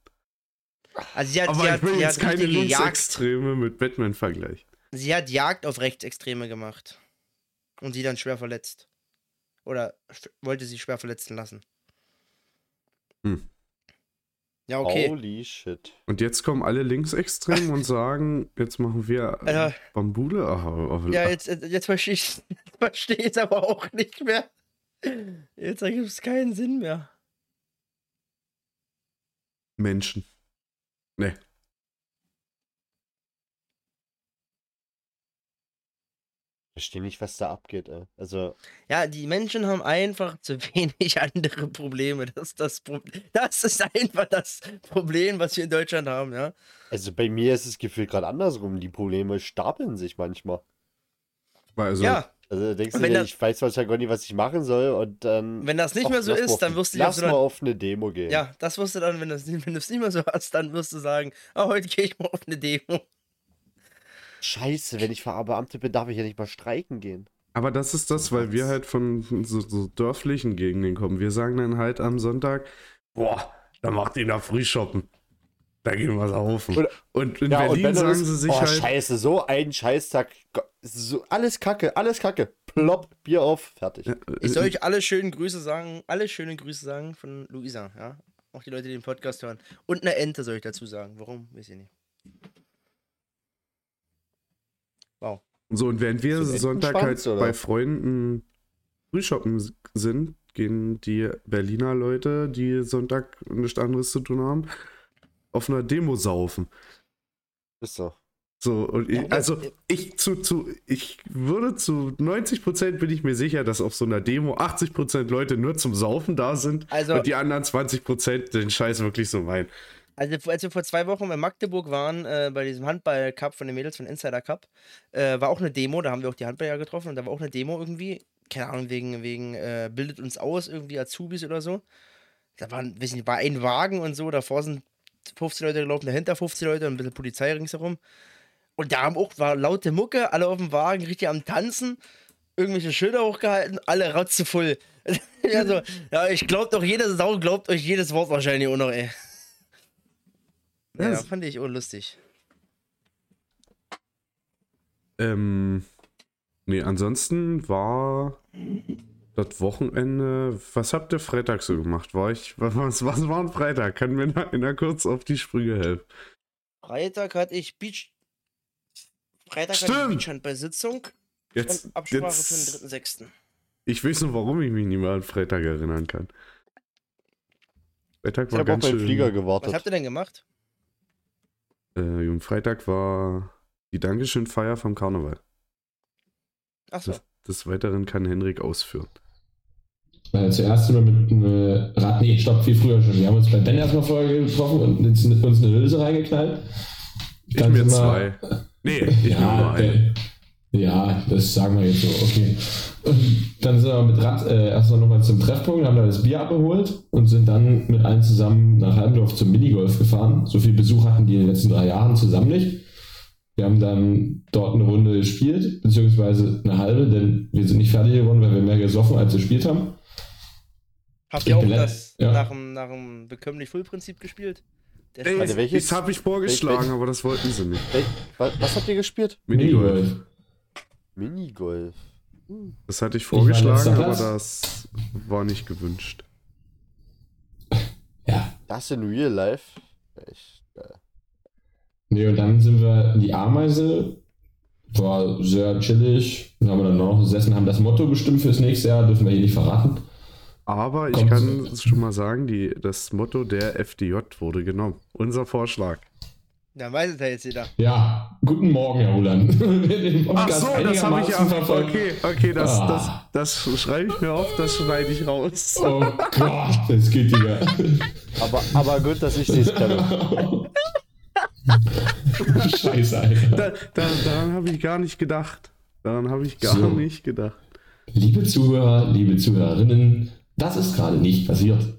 D: Also sie hat,
A: Aber
D: sie
A: ich
D: hat,
A: will
D: sie
A: jetzt
D: hat
A: keine
D: richtige Jagd.
A: Linksextreme mit Batman vergleichen.
D: Sie hat Jagd auf Rechtsextreme gemacht. Und sie dann schwer verletzt. Oder sch- wollte sie schwer verletzen lassen.
A: Hm.
D: Ja, okay.
C: Holy shit.
A: Und jetzt kommen alle Linksextremen und sagen, jetzt machen wir äh,
D: Alter.
A: Bambule. Ach, auf,
D: Ja, jetzt, jetzt jetzt verstehe ich jetzt verstehe ich's aber auch nicht mehr. Jetzt ergibt es keinen Sinn mehr.
A: Menschen. Nee.
C: Ich verstehe nicht, was da abgeht, ey. Also,
D: Ja, die Menschen haben einfach zu wenig andere Probleme. Das ist, das Pro das ist einfach das Problem, was wir in Deutschland haben, ja.
C: also bei mir ist das Gefühl gerade andersrum. Die Probleme stapeln sich manchmal.
A: Weil Also,
D: ja,
C: Also da denkst
D: Und
C: du
D: wenn
C: dir,
D: das-
C: ich weiß wahrscheinlich gar nicht, was ich machen soll und dann.
D: wenn das nicht
C: Och,
D: mehr so
C: lass mal
D: ist,
C: auf-
D: dann wirst du dich auf
C: Lass
D: so
C: mal
D: einer,
C: auf eine Demo gehen.
D: Ja, das wirst du dann, wenn du es nicht, wenn du es nicht mehr so hast, dann wirst du sagen, ah, heute gehe ich mal auf eine Demo.
C: Scheiße, wenn ich verbeamtet bin, darf ich ja nicht mal streiken gehen.
A: Aber das ist das, weil wir halt von so, so dörflichen Gegenden kommen. Wir sagen dann halt am Sonntag, boah, da macht ihr da früh shoppen. Da gehen wir saufen.
C: Oder-
A: und in
C: ja,
A: Berlin
C: dann
A: sagen
C: ist-
A: sie sich
C: oh,
A: halt,
C: Scheiße, so ein Scheißtag. Go- So, alles Kacke, alles Kacke. Plopp, Bier auf, fertig.
D: Ich
A: äh,
D: soll euch alle schönen Grüße sagen, alle schönen Grüße sagen von Luisa, ja. Auch die Leute, die den Podcast hören. Und eine Ente soll ich dazu sagen. Warum? Weiß ich nicht.
A: So, und während wir
C: So ein
A: Sonntag halt
C: Entenschwanz, oder?
A: bei Freunden frühshoppen s- sind, gehen die Berliner Leute, die Sonntag nichts anderes zu tun haben, auf einer Demo saufen.
C: Ist so.
A: So, und
D: Ja,
A: ich,
D: aber-
A: also ich zu, zu, ich würde zu 90% bin ich mir sicher, dass auf so einer Demo 80% Leute nur zum Saufen da sind
D: Also,
A: und die anderen 20% den Scheiß wirklich so meinen.
D: also als wir vor zwei Wochen in Magdeburg waren, äh, bei diesem Handball-Cup von den Mädels von Insider Cup, äh, war auch eine Demo, da haben wir auch die Handballer getroffen und da war auch eine Demo irgendwie, keine Ahnung, wegen, wegen äh, bildet uns aus, irgendwie Azubis oder so. Da waren, weiß nicht, war ein Wagen und so, davor sind 15 Leute gelaufen, dahinter 15 Leute und ein bisschen Polizei ringsherum. Und da haben auch, war laute Mucke, alle auf dem Wagen, richtig am Tanzen, irgendwelche Schilder hochgehalten, alle rotzevoll. also, ja, ich glaub doch, jede Sau glaubt euch jedes Wort wahrscheinlich auch noch, ey. Ja,
A: Ja.
D: fand ich unlustig.
A: Ähm, nee, ansonsten war das Wochenende. Was habt ihr Freitag so gemacht? War ich, was, was war ein Freitag? Kann mir da einer kurz auf die Sprünge helfen?
D: Freitag hatte ich Beach. Freitag hatte
A: Stimmt.
D: ich Beachhandball-Sitzung
A: Jetzt,
D: und Absprache für
A: jetzt,
D: den 3.6.
A: ich weiß noch, warum ich mich nicht mehr an Freitag erinnern kann. Freitag
C: Ich
A: war
C: habe auf
A: ganz
C: meinen
A: schön.
C: Flieger
D: Was habt
C: gewartet.
D: ihr denn gemacht?
A: Äh, am Freitag war die Dankeschön-Feier vom Karneval.
D: Achso.
A: Des Weiteren kann Henrik ausführen.
E: Äh, zuerst sind wir mit äh, Rad, nee, stopp, viel früher schon. Wir haben uns bei Ben erstmal vorher getroffen und uns, uns eine Hülse reingeknallt.
A: Ich
E: Dann
A: mir
E: sind wir-
A: zwei. Nee, ich mir nur
E: ja,
A: eine.
E: der- ja, das sagen wir jetzt so, okay. Und dann sind wir mit Rad äh, erstmal nochmal zum Treffpunkt, haben da das Bier abgeholt und sind dann mit allen zusammen nach Heimdorf zum Minigolf gefahren. So viel Besuch hatten die in den letzten drei Jahren zusammen nicht. Wir haben dann dort eine Runde gespielt, beziehungsweise eine halbe, denn wir sind nicht fertig geworden, weil wir mehr gesoffen als wir gespielt haben.
D: Habt
E: Ich
D: ihr auch
E: bin le-
D: das
E: ja.
D: nach, dem, nach dem bekömmlich full prinzip gespielt? Der
A: Ey,
D: Spaß-
C: Warte, welches-
A: das habe ich vorgeschlagen,
C: welches-
A: aber das wollten sie nicht.
C: Wel- wa- Was habt ihr gespielt?
A: Minigolf.
C: Minigolf.
A: Das hatte ich
E: war
A: vorgeschlagen,
E: letzter
A: aber
E: Platz.
A: das war nicht gewünscht.
E: Ja,
C: Das in real life? Echt geil.
E: Nee, und dann sind wir in die Ameise. War sehr chillig. Dann haben wir dann noch gesessen, haben das Motto bestimmt fürs nächste Jahr, dürfen wir hier nicht verraten.
A: Aber ich
E: Kommt.
A: kann es schon mal sagen, die, das Motto der FDJ wurde genommen. Unser Vorschlag.
D: Dann weiß es ja jetzt jeder.
E: Ja, guten Morgen, Herr Roland.
A: hab
E: einigermaßen verfolgt.
A: Okay, okay, das,
E: Ah.
A: das, das schreibe ich mir auf, das schneide ich raus.
E: Oh Gott, das geht wieder.
C: Aber, aber gut, dass ich dies kenne.
E: Scheiße, Alter.
A: Da, da, daran habe ich gar nicht gedacht. Daran habe ich gar
E: So.
A: nicht gedacht.
E: Liebe Zuhörer, liebe Zuhörerinnen, das ist gerade nicht passiert.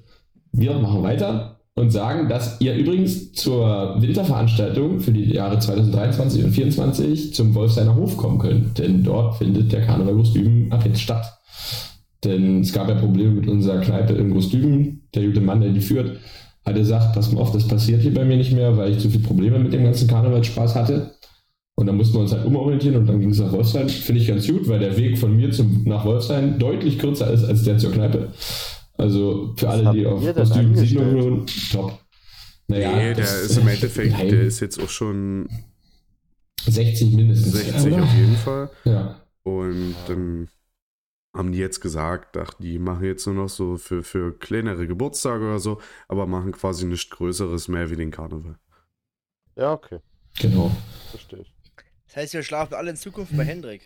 E: Wir machen weiter und sagen, dass ihr übrigens zur Winterveranstaltung für die Jahre 2023 und 2024 zum Wolfseiner Hof kommen könnt, denn dort findet der Karneval Großdüben ab jetzt statt. Denn es gab ja Probleme mit unserer Kneipe in Großdüben. Der gute Mann, der die führt, hat gesagt, pass mal auf, das passiert hier bei mir nicht mehr, weil ich zu viel Probleme mit dem ganzen Karnevalsspaß hatte. Und dann mussten wir uns halt umorientieren und dann ging es nach Wolfsheim. Finde ich ganz gut, weil der Weg von mir zum, nach Wolfsheim deutlich kürzer ist als der zur Kneipe. Also für
C: Was
E: alle, die
C: habt
E: auf
C: ihr denn
E: Kostüm
C: angestellt?
E: Siedlung wohnen, top.
A: nee, der
E: das-
A: ist im Endeffekt,
E: Nein,
A: der ist jetzt auch schon
E: 60 mindestens.
A: 60
E: oder?
A: auf jeden Fall.
E: Ja.
A: Und ähm, haben die jetzt gesagt, dachten, die machen jetzt nur noch so für, für kleinere Geburtstage oder so, aber machen quasi nichts Größeres mehr wie den Karneval.
C: Ja, okay,
E: Genau.
C: verstehe ich.
D: Das heißt, wir schlafen alle in Zukunft bei
A: Hm.
D: Hendrik.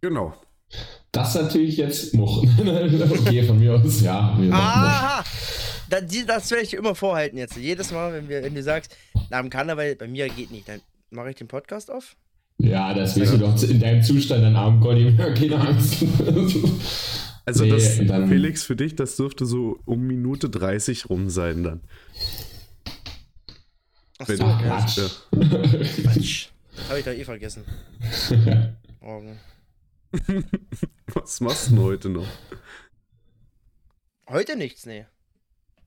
A: Genau.
E: Das natürlich jetzt noch. okay, von mir aus, ja. Wir
A: Ah,
E: machen noch.
D: Aha! Da, die, das werde ich dir immer vorhalten jetzt. Jedes Mal, wenn, wir, wenn du sagst, na, am Karneval, bei mir geht nicht, dann mache ich den Podcast auf.
E: Ja, das wirst du doch in deinem Zustand an armen Goldi. Keine Angst.
A: Also
E: Nee,
A: das,
E: dann-
A: Felix, für dich, das dürfte so um Minute 30 rum sein dann.
D: Ach
A: Wenn-
D: so,
E: Ach,
D: ja.
E: Quatsch.
D: Quatsch. Habe ich doch eh vergessen. Morgen.
A: Was machst du denn heute noch?
D: Heute nichts, nee.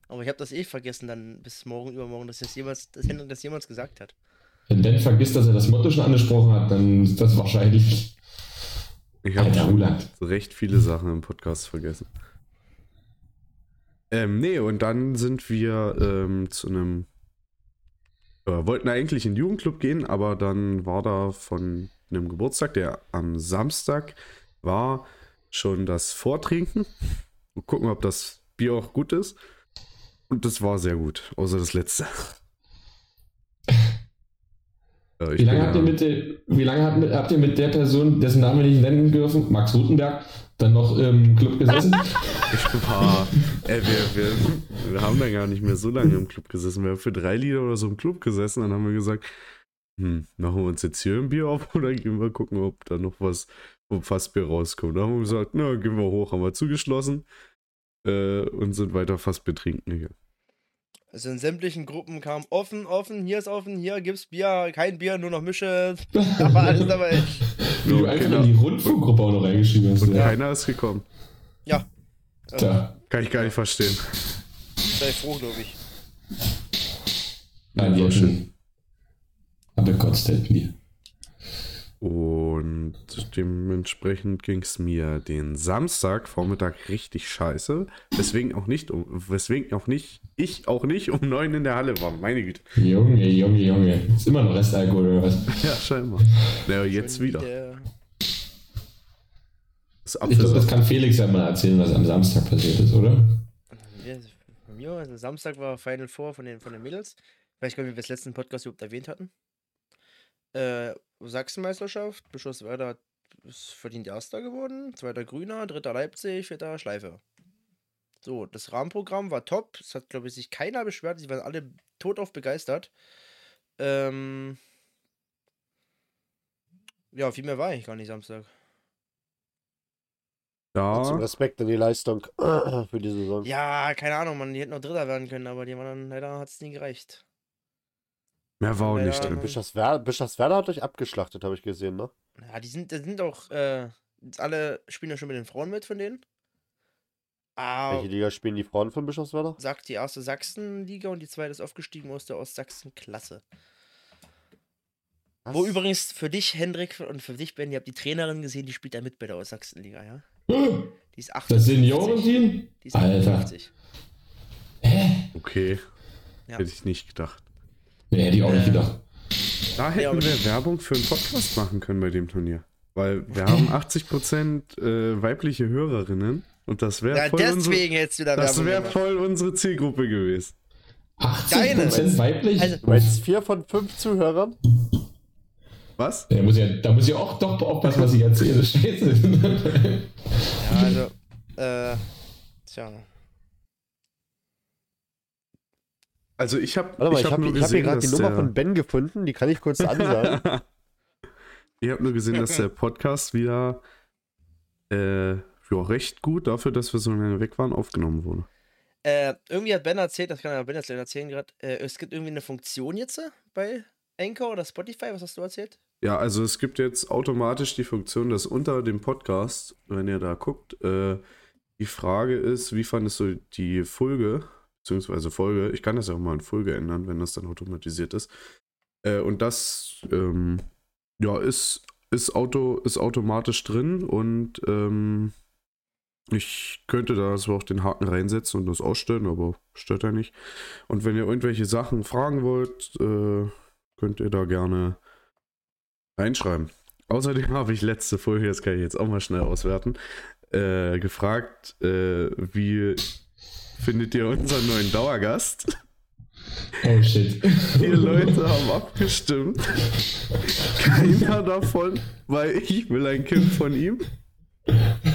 D: Aber ich habe das eh vergessen, dann bis morgen, übermorgen, dass das jemals, dass Hendrik das jemals gesagt hat.
E: Wenn Ben vergisst, dass er das Motto schon angesprochen hat, dann ist das wahrscheinlich.
A: Ich habe
E: Alter,
A: schon
E: Huland.
A: recht viele Sachen im Podcast vergessen. Ähm, nee, und dann sind wir ähm, zu einem. Äh, wollten eigentlich in den Jugendclub gehen, aber dann war da von einem Geburtstag, der am Samstag war, schon das Vortrinken. Wir gucken, ob das Bier auch gut ist. Und das war sehr gut, außer das letzte. Äh, ich
E: Wie lange,
A: bin
E: habt
A: ja-
E: ihr mit der, wie lange habt, habt ihr mit der Person, dessen Namen wir nicht nennen dürfen, Max Rutenberg, dann noch im Club gesessen?
A: Ich war. Ey, wir, wir, wir haben dann gar nicht mehr so lange im Club gesessen. Wir haben für drei Lieder oder so im Club gesessen. Dann haben wir gesagt, hm, machen wir uns jetzt hier ein Bier auf oder gehen wir gucken, ob da noch was vom Fassbier rauskommt. Dann haben wir gesagt, na, gehen wir hoch, haben wir zugeschlossen äh, und sind weiter Fassbier trinken gegangen.
D: Also in sämtlichen Gruppen kam offen, offen, hier ist offen, hier gibt's Bier, kein Bier, nur noch Mische. Da war alles dabei.
E: Wie du
A: Ja,
E: einfach
A: genau.
E: in die Rundfunkgruppe auch noch reingeschrieben hast.
A: Und
E: Ja.
A: keiner ist gekommen.
E: Tja,
A: Kann ich gar nicht verstehen.
D: Sei froh, glaube ich.
E: nein,
A: war
E: wir
A: schön.
E: hätten. Aber Gott hätten wir.
A: Und dementsprechend ging es mir den Samstagvormittag richtig scheiße. Weswegen auch nicht, um- weswegen auch nicht, ich auch nicht um neun in der Halle war. Meine Güte.
E: Junge, Junge, Junge. Ist immer noch Restalkohol oder was?
A: Ja, scheinbar. Naja, jetzt wieder.
D: Der,
A: Das
E: Ich glaube, das
A: Apfelsaft.
E: kann Felix ja mal erzählen, was am Samstag passiert ist, oder?
D: Ja, bei mir, also Samstag war Final Four von den, von den Mädels. Vielleicht können wir das letzten Podcast überhaupt erwähnt hatten. Äh, Sachsenmeisterschaft, Bischofswerda ist verdient Erster geworden, zweiter Grüner, dritter Leipzig, vierter Schleife. So, das Rahmenprogramm war top. Es hat, glaube ich, sich keiner beschwert. Sie waren alle totauf begeistert. Ähm, ja, viel mehr war eigentlich gar nicht Samstag.
C: Trotzdem
A: Da,
C: Respekt an die Leistung für die Saison.
D: Ja, keine Ahnung, man, die hätten noch Dritter werden können, aber die anderen, leider hat es nie gereicht.
A: mehr war auch nicht
D: Ja.
A: drin.
C: Bischofswer- Bischofswerda Äh, hat euch abgeschlachtet, habe ich gesehen, ne?
D: Ja, die sind, die sind auch, äh, jetzt alle spielen ja schon mit den Frauen mit von denen. Aber
C: Welche Liga spielen die Frauen von Bischofswerda?
D: sagt die erste Sachsenliga und die zweite ist aufgestiegen aus der Ostsachsen-Klasse. Wo
C: Was?
D: übrigens für dich, Hendrik, und für dich, Ben, ihr habt die Trainerin gesehen, die spielt da mit bei der Ostsachsenliga, ja? Die ist 58.
E: Das Seniorenteam?
D: Die ist
E: Alter.
D: 58.
A: Okay.
D: Ja.
A: Hätte ich nicht gedacht.
E: Nee, hätte ich auch nicht
D: Äh,
E: gedacht.
A: Da hätten
D: aber-
A: wir Werbung für einen Podcast machen können bei dem Turnier. Weil wir haben 80% äh, weibliche Hörerinnen und das
D: Ja,
A: wäre voll, unsere-
D: deswegen hättest du da
A: das
D: Werbung
A: wär
D: gemacht.
A: voll unsere Zielgruppe gewesen.
E: 80%
D: Deine.
E: weiblich?
D: Also-
C: Du meinst vier von fünf Zuhörern?
A: Was?
E: da, muss ich ja, da muss ich ja auch doch aufpassen, was ich erzähle. Scheiße.
D: Ja, also, äh, tja.
A: Also ich habe
C: Warte mal,
A: ich
C: ich
A: hab
C: habe
A: nur
C: hab hier
A: gesehen,
C: gerade die
A: dass
C: Nummer
A: der,
C: von Ben gefunden, die kann ich kurz ansagen.
A: ich habe nur gesehen, dass der Podcast wieder äh, ja, recht gut dafür, dass wir so lange weg waren, aufgenommen wurde.
D: Äh, irgendwie hat Ben erzählt, das kann ja Ben erzählen, erzählen gerade, äh, es gibt irgendwie eine Funktion jetzt äh, bei Anchor oder Spotify, was hast du erzählt?
A: Ja, also es gibt jetzt automatisch die Funktion, dass unter dem Podcast, wenn ihr da guckt, äh, die Frage ist, wie fandest du die Folge, beziehungsweise Folge, ich kann das ja auch mal in Folge ändern, wenn das dann automatisiert ist. Äh, und das, ähm, ja, ist, ist, Auto, ist automatisch drin und ähm, ich könnte da zwar auch den Haken reinsetzen und das ausstellen, aber stört ja nicht. Und wenn ihr irgendwelche Sachen fragen wollt, äh, könnt ihr da gerne reinschreiben. Außerdem habe ich letzte Folge, das kann ich jetzt auch mal schnell auswerten, äh, gefragt, äh, wie findet ihr unseren neuen Dauergast?
E: Oh shit.
A: Vier Leute haben abgestimmt. Keiner davon, weil ich will ein Kind von ihm.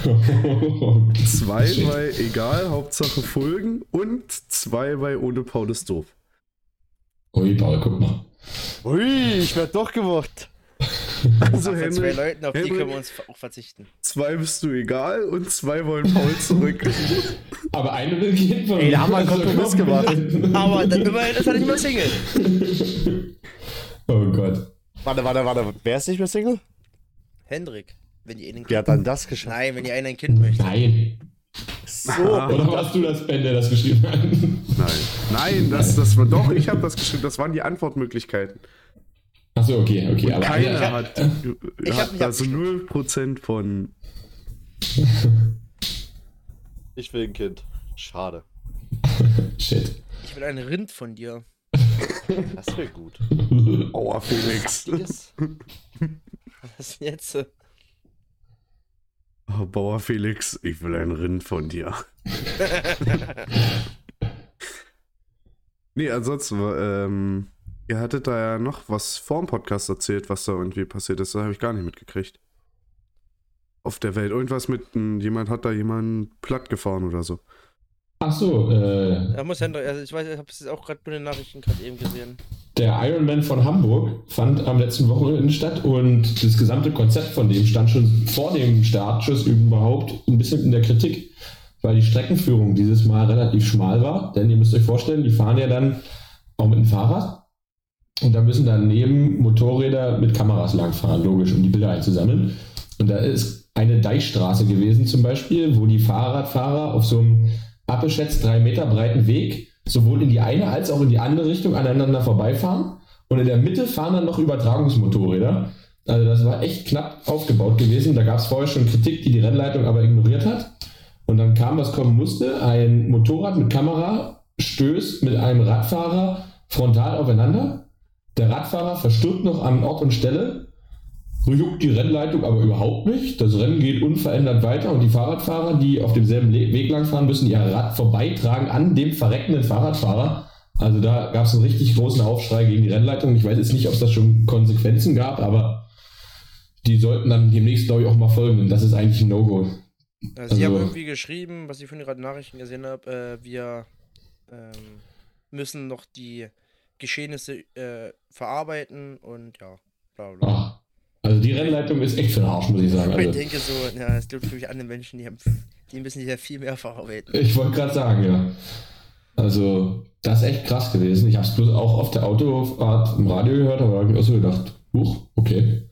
E: Oh,
A: Zwei bei egal, Hauptsache Folgen und zwei bei ohne Paul ist doof.
E: Ui, Paul, guck mal.
C: Ui, ich werd doch gemacht.
A: Also
D: Von zwei
A: Henrik,
D: Leuten, auf die
A: Henrik.
D: können wir uns ver- auch verzichten.
A: zwei bist du egal und zwei wollen Paul zurück.
E: Aber eine will gehen von
C: Ey, da haben wir einen Kompromiss gemacht.
D: Aber dann, immerhin ist er nicht mehr Single.
E: Oh Gott.
C: Warte, warte, warte. Wer ist nicht mehr Single?
D: Hendrik, wenn die einen
C: Wer hat dann das geschafft?
D: Nein, wenn die einen ein Kind möchte.
E: Nein.
C: So.
E: Oder warst du das, Ben, der das geschrieben hat?
A: Nein, nein, das, das war doch, ich habe das geschrieben, das waren die Antwortmöglichkeiten.
E: Achso, okay, okay. Aber
A: Keiner
E: eine,
A: hat, äh,
D: Ich hab mich
A: hat also 0% von.
C: Ich will ein Kind. Schade.
E: Shit.
D: Ich will einen Rind von dir.
C: Das wäre gut.
A: Aua, Felix.
C: Yes.
D: Was ist denn jetzt? äh?
A: Oh, Bauer Felix, ich will ein Rind von dir. nee, ansonsten, ähm, ihr hattet da ja noch was vorm Podcast erzählt, was da irgendwie passiert ist. Das habe ich gar nicht mitgekriegt. Auf der Welt. Irgendwas mit, m, jemand hat da jemanden platt gefahren oder so.
E: Achso, äh,
D: Da muss Hendrik, also ich weiß, ich habe es jetzt auch gerade nur in den Nachrichten gerade eben gesehen.
E: der Ironman von Hamburg fand am letzten Wochenende statt und das gesamte Konzept von dem stand schon vor dem Startschuss überhaupt ein bisschen in der Kritik, weil die Streckenführung dieses Mal relativ schmal war. Denn ihr müsst euch vorstellen, die fahren ja dann auch mit dem Fahrrad und da müssen daneben Motorräder mit Kameras langfahren, logisch, um die Bilder einzusammeln. Und da ist eine Deichstraße gewesen zum Beispiel, wo die Fahrradfahrer auf so einem abgeschätzt drei Meter breiten Weg sowohl in die eine als auch in die andere Richtung aneinander vorbeifahren. Und in der Mitte fahren dann noch Übertragungsmotorräder. Also das war echt knapp aufgebaut gewesen. Da gab es vorher schon Kritik, die die Rennleitung aber ignoriert hat. Und dann kam, was kommen musste. Ein Motorrad mit Kamera stößt mit einem Radfahrer frontal aufeinander. Der Radfahrer verstirbt noch an Ort und Stelle. Juckt die Rennleitung aber überhaupt nicht. Das Rennen geht unverändert weiter und die Fahrradfahrer, die auf demselben Le- Weg langfahren, müssen ihr Rad vorbeitragen an dem verreckenden Fahrradfahrer. Also da gab es einen richtig großen Aufschrei gegen die Rennleitung. Ich weiß jetzt nicht, ob es da schon Konsequenzen gab, aber die sollten dann demnächst, glaube ich, auch mal folgen. Und das ist eigentlich ein No-Go.
D: Also, sie haben
E: Also-
D: irgendwie geschrieben, was ich vorhin gerade in den Nachrichten gesehen habe, äh, wir ähm, müssen noch die Geschehnisse äh, verarbeiten und ja, bla bla.
E: Ach, also die Rennleitung ist echt für den Arsch, muss ich sagen.
D: ich
E: Also,
D: denke so, ja, es gibt natürlich andere Menschen, die, haben, die müssen ja viel mehr verarbeiten.
E: ich wollte gerade sagen, ja. Also, das ist echt krass gewesen. Ich habe es bloß auch auf der Autofahrt im Radio gehört, aber da habe ich auch so gedacht, huch, okay.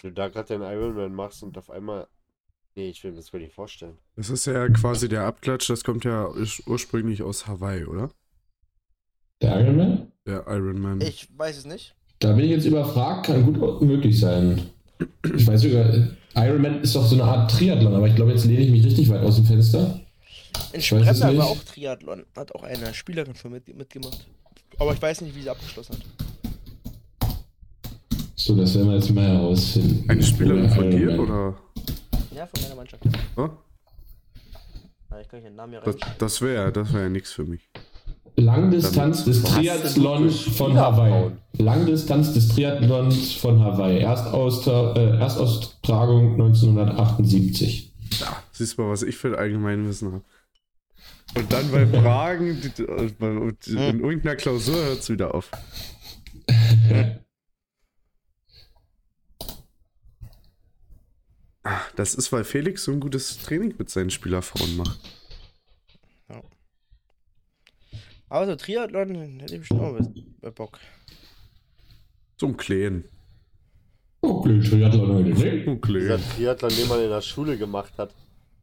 C: Wenn du da gerade den Ironman machst und auf einmal. Nee, ich will mir das gar nicht vorstellen.
A: Das ist ja quasi der Abklatsch, das kommt ja ur- ursprünglich aus Hawaii, oder?
E: Der Ironman?
A: Der Iron Man.
D: Ich weiß es nicht.
E: Da bin ich jetzt überfragt, kann gut möglich sein. Ich weiß sogar, Ironman ist doch so eine Art Triathlon, aber ich glaube, jetzt lehne ich mich richtig weit aus dem Fenster.
D: In
E: Ich weiß es
D: Spremner
E: nicht.
D: war auch Triathlon, hat auch eine Spielerin von mit, mitgemacht. Aber ich weiß nicht, wie sie abgeschlossen hat.
E: So, das werden wir jetzt mal herausfinden.
A: Eine Spielerin von dir,
E: Ironman.
A: oder?
D: Ja, von meiner Mannschaft.
A: Oh,
D: Ah, Ich kann nicht den Namen hier
A: das
D: rein.
A: das wäre das wär ja nichts für mich.
E: Langdistanz des
A: Was
E: Triathlons von Hawaii. Langdistanz des Triathlons von Hawaii. Erstaustra äh, Erstaustragung 1978.
A: Da, siehst mal, was ich für ein Allgemeinwissen habe. Und dann bei Fragen, die- äh, bei- und in irgendeiner Klausur hört es wieder auf. Ah, Das ist, weil Felix so ein gutes Training mit seinen Spielerfrauen macht.
D: Aber so Triathlon hätte ich bestimmt auch was- Bock.
A: So ein Kleen.
E: Okay, Oh, Triathlon heute, ne?
A: Ein
C: Dieser
A: Kleen.
C: Triathlon, den man in der Schule gemacht hat.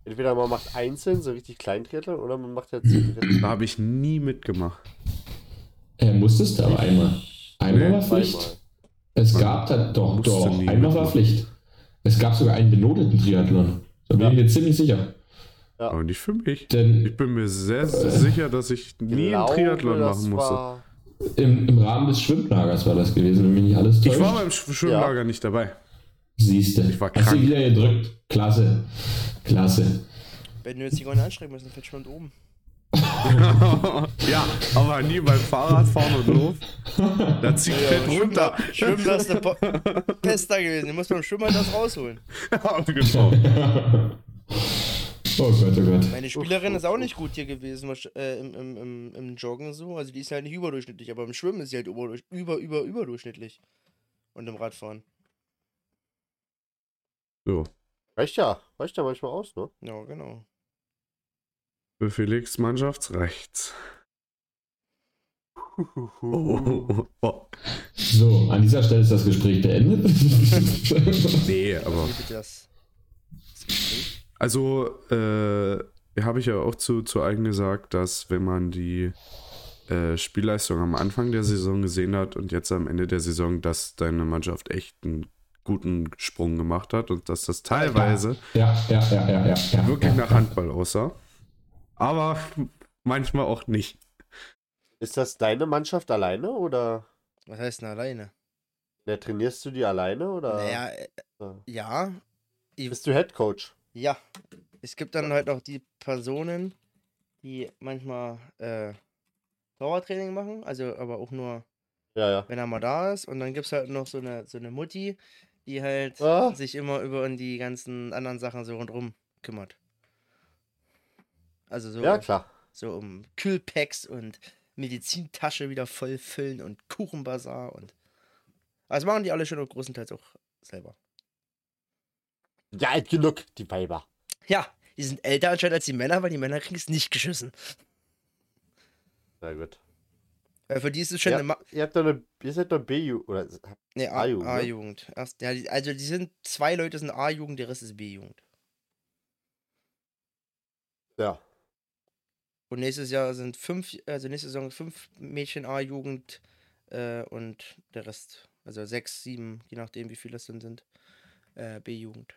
C: Entweder man macht einzeln, so richtig kleinen Triathlon, oder man macht jetzt.
A: Da habe ich nie mitgemacht.
E: Er musstest aber einmal. Einmal
A: Nee,
E: war Pflicht.
C: zweimal.
E: Es gab da doch,
A: musste
E: doch,
A: nie
E: einmal war
A: mitmachen.
E: Pflicht. Es gab sogar einen benoteten Triathlon. Da bin
C: Ja.
E: ich mir ziemlich sicher.
A: Aber nicht für mich.
E: Denn
A: Ich bin mir sehr, sehr sicher, dass ich nie
C: Glaube,
A: einen Triathlon
C: das
A: machen musste.
C: war-
E: im, im Rahmen des Schwimmlagers war das gewesen, wenn mich nicht alles täuscht.
A: Ich war beim Sch- Schwimmlager nicht dabei.
E: Siehste.
A: Ich war
E: Hast du
A: krank.
E: wieder gedrückt. Klasse. Klasse.
D: Wenn du jetzt die Goldene anstrengen müssen, fällt schon oben.
A: ja, aber nie beim Fahrradfahren und Lauf. Da zieht Fett runter.
D: Schwimmen das ist der Pester gewesen. Du musst beim Schwimmen halt das rausholen.
A: Ja, genau.
E: Oh Gott, oh Gott.
D: Meine Spielerin ist auch nicht gut hier gewesen wahrsch- äh, im, im, im, im Joggen so. Also die ist halt nicht überdurchschnittlich, aber im Schwimmen ist sie halt überdurch, über, über, überdurchschnittlich. Und im Radfahren.
A: So,
C: Reicht ja, reicht ja manchmal aus, ne?
D: Ja, genau.
A: für Felix Mannschaftsrechts. Oh, oh, oh.
E: So, an dieser Stelle ist das Gespräch beendet.
A: Nee, aber.
D: Wie bitte das? das Gespräch?
A: Also, äh, habe ich ja auch zu, zu eigen gesagt, dass wenn man die äh, Spielleistung am Anfang der Saison gesehen hat und jetzt am Ende der Saison, dass deine Mannschaft echt einen guten Sprung gemacht hat und dass das teilweise
E: ja, ja, ja, ja, ja, ja.
A: wirklich
E: ja,
A: nach Handball aussah. Aber manchmal auch nicht.
C: Ist das deine Mannschaft alleine oder
D: Was heißt denn alleine?
C: ne, trainierst du die alleine oder
D: Naja, äh,
C: Ja.
D: ja.
C: bist du Head Coach?
D: Ja. Es gibt dann halt auch die Personen, die manchmal äh, Dauertraining machen, also aber auch nur,
C: Ja, ja.
D: wenn er mal da ist. Und dann gibt es halt noch so eine, so eine Mutti, die halt
C: Ah.
D: sich immer über und die ganzen anderen Sachen so rundherum kümmert. Also so,
C: Ja, klar.
D: so um Kühlpacks und Medizintasche wieder vollfüllen und Kuchenbazar und. Also machen die alle schon und großenteils auch selber.
C: Ja, alt genug, die Weiber.
D: Ja, die sind älter anscheinend als die Männer, weil die Männer kriegen es nicht geschissen.
C: Sehr gut.
D: Weil Äh, für die ist es schon
C: Ja,
D: eine Ma
C: ihr habt doch eine, ihr seid doch BU oder
D: nee, A-
C: A-Jugend, ne?
D: A-Jugend. Erst- Ja, die- also die sind zwei Leute sind A-Jugend, der Rest ist B-Jugend.
C: ja.
D: Und nächstes Jahr sind fünf, also nächste Saison fünf Mädchen A-Jugend äh, und der Rest, also sechs, sieben, je nachdem, wie viele es dann sind, äh, B-Jugend.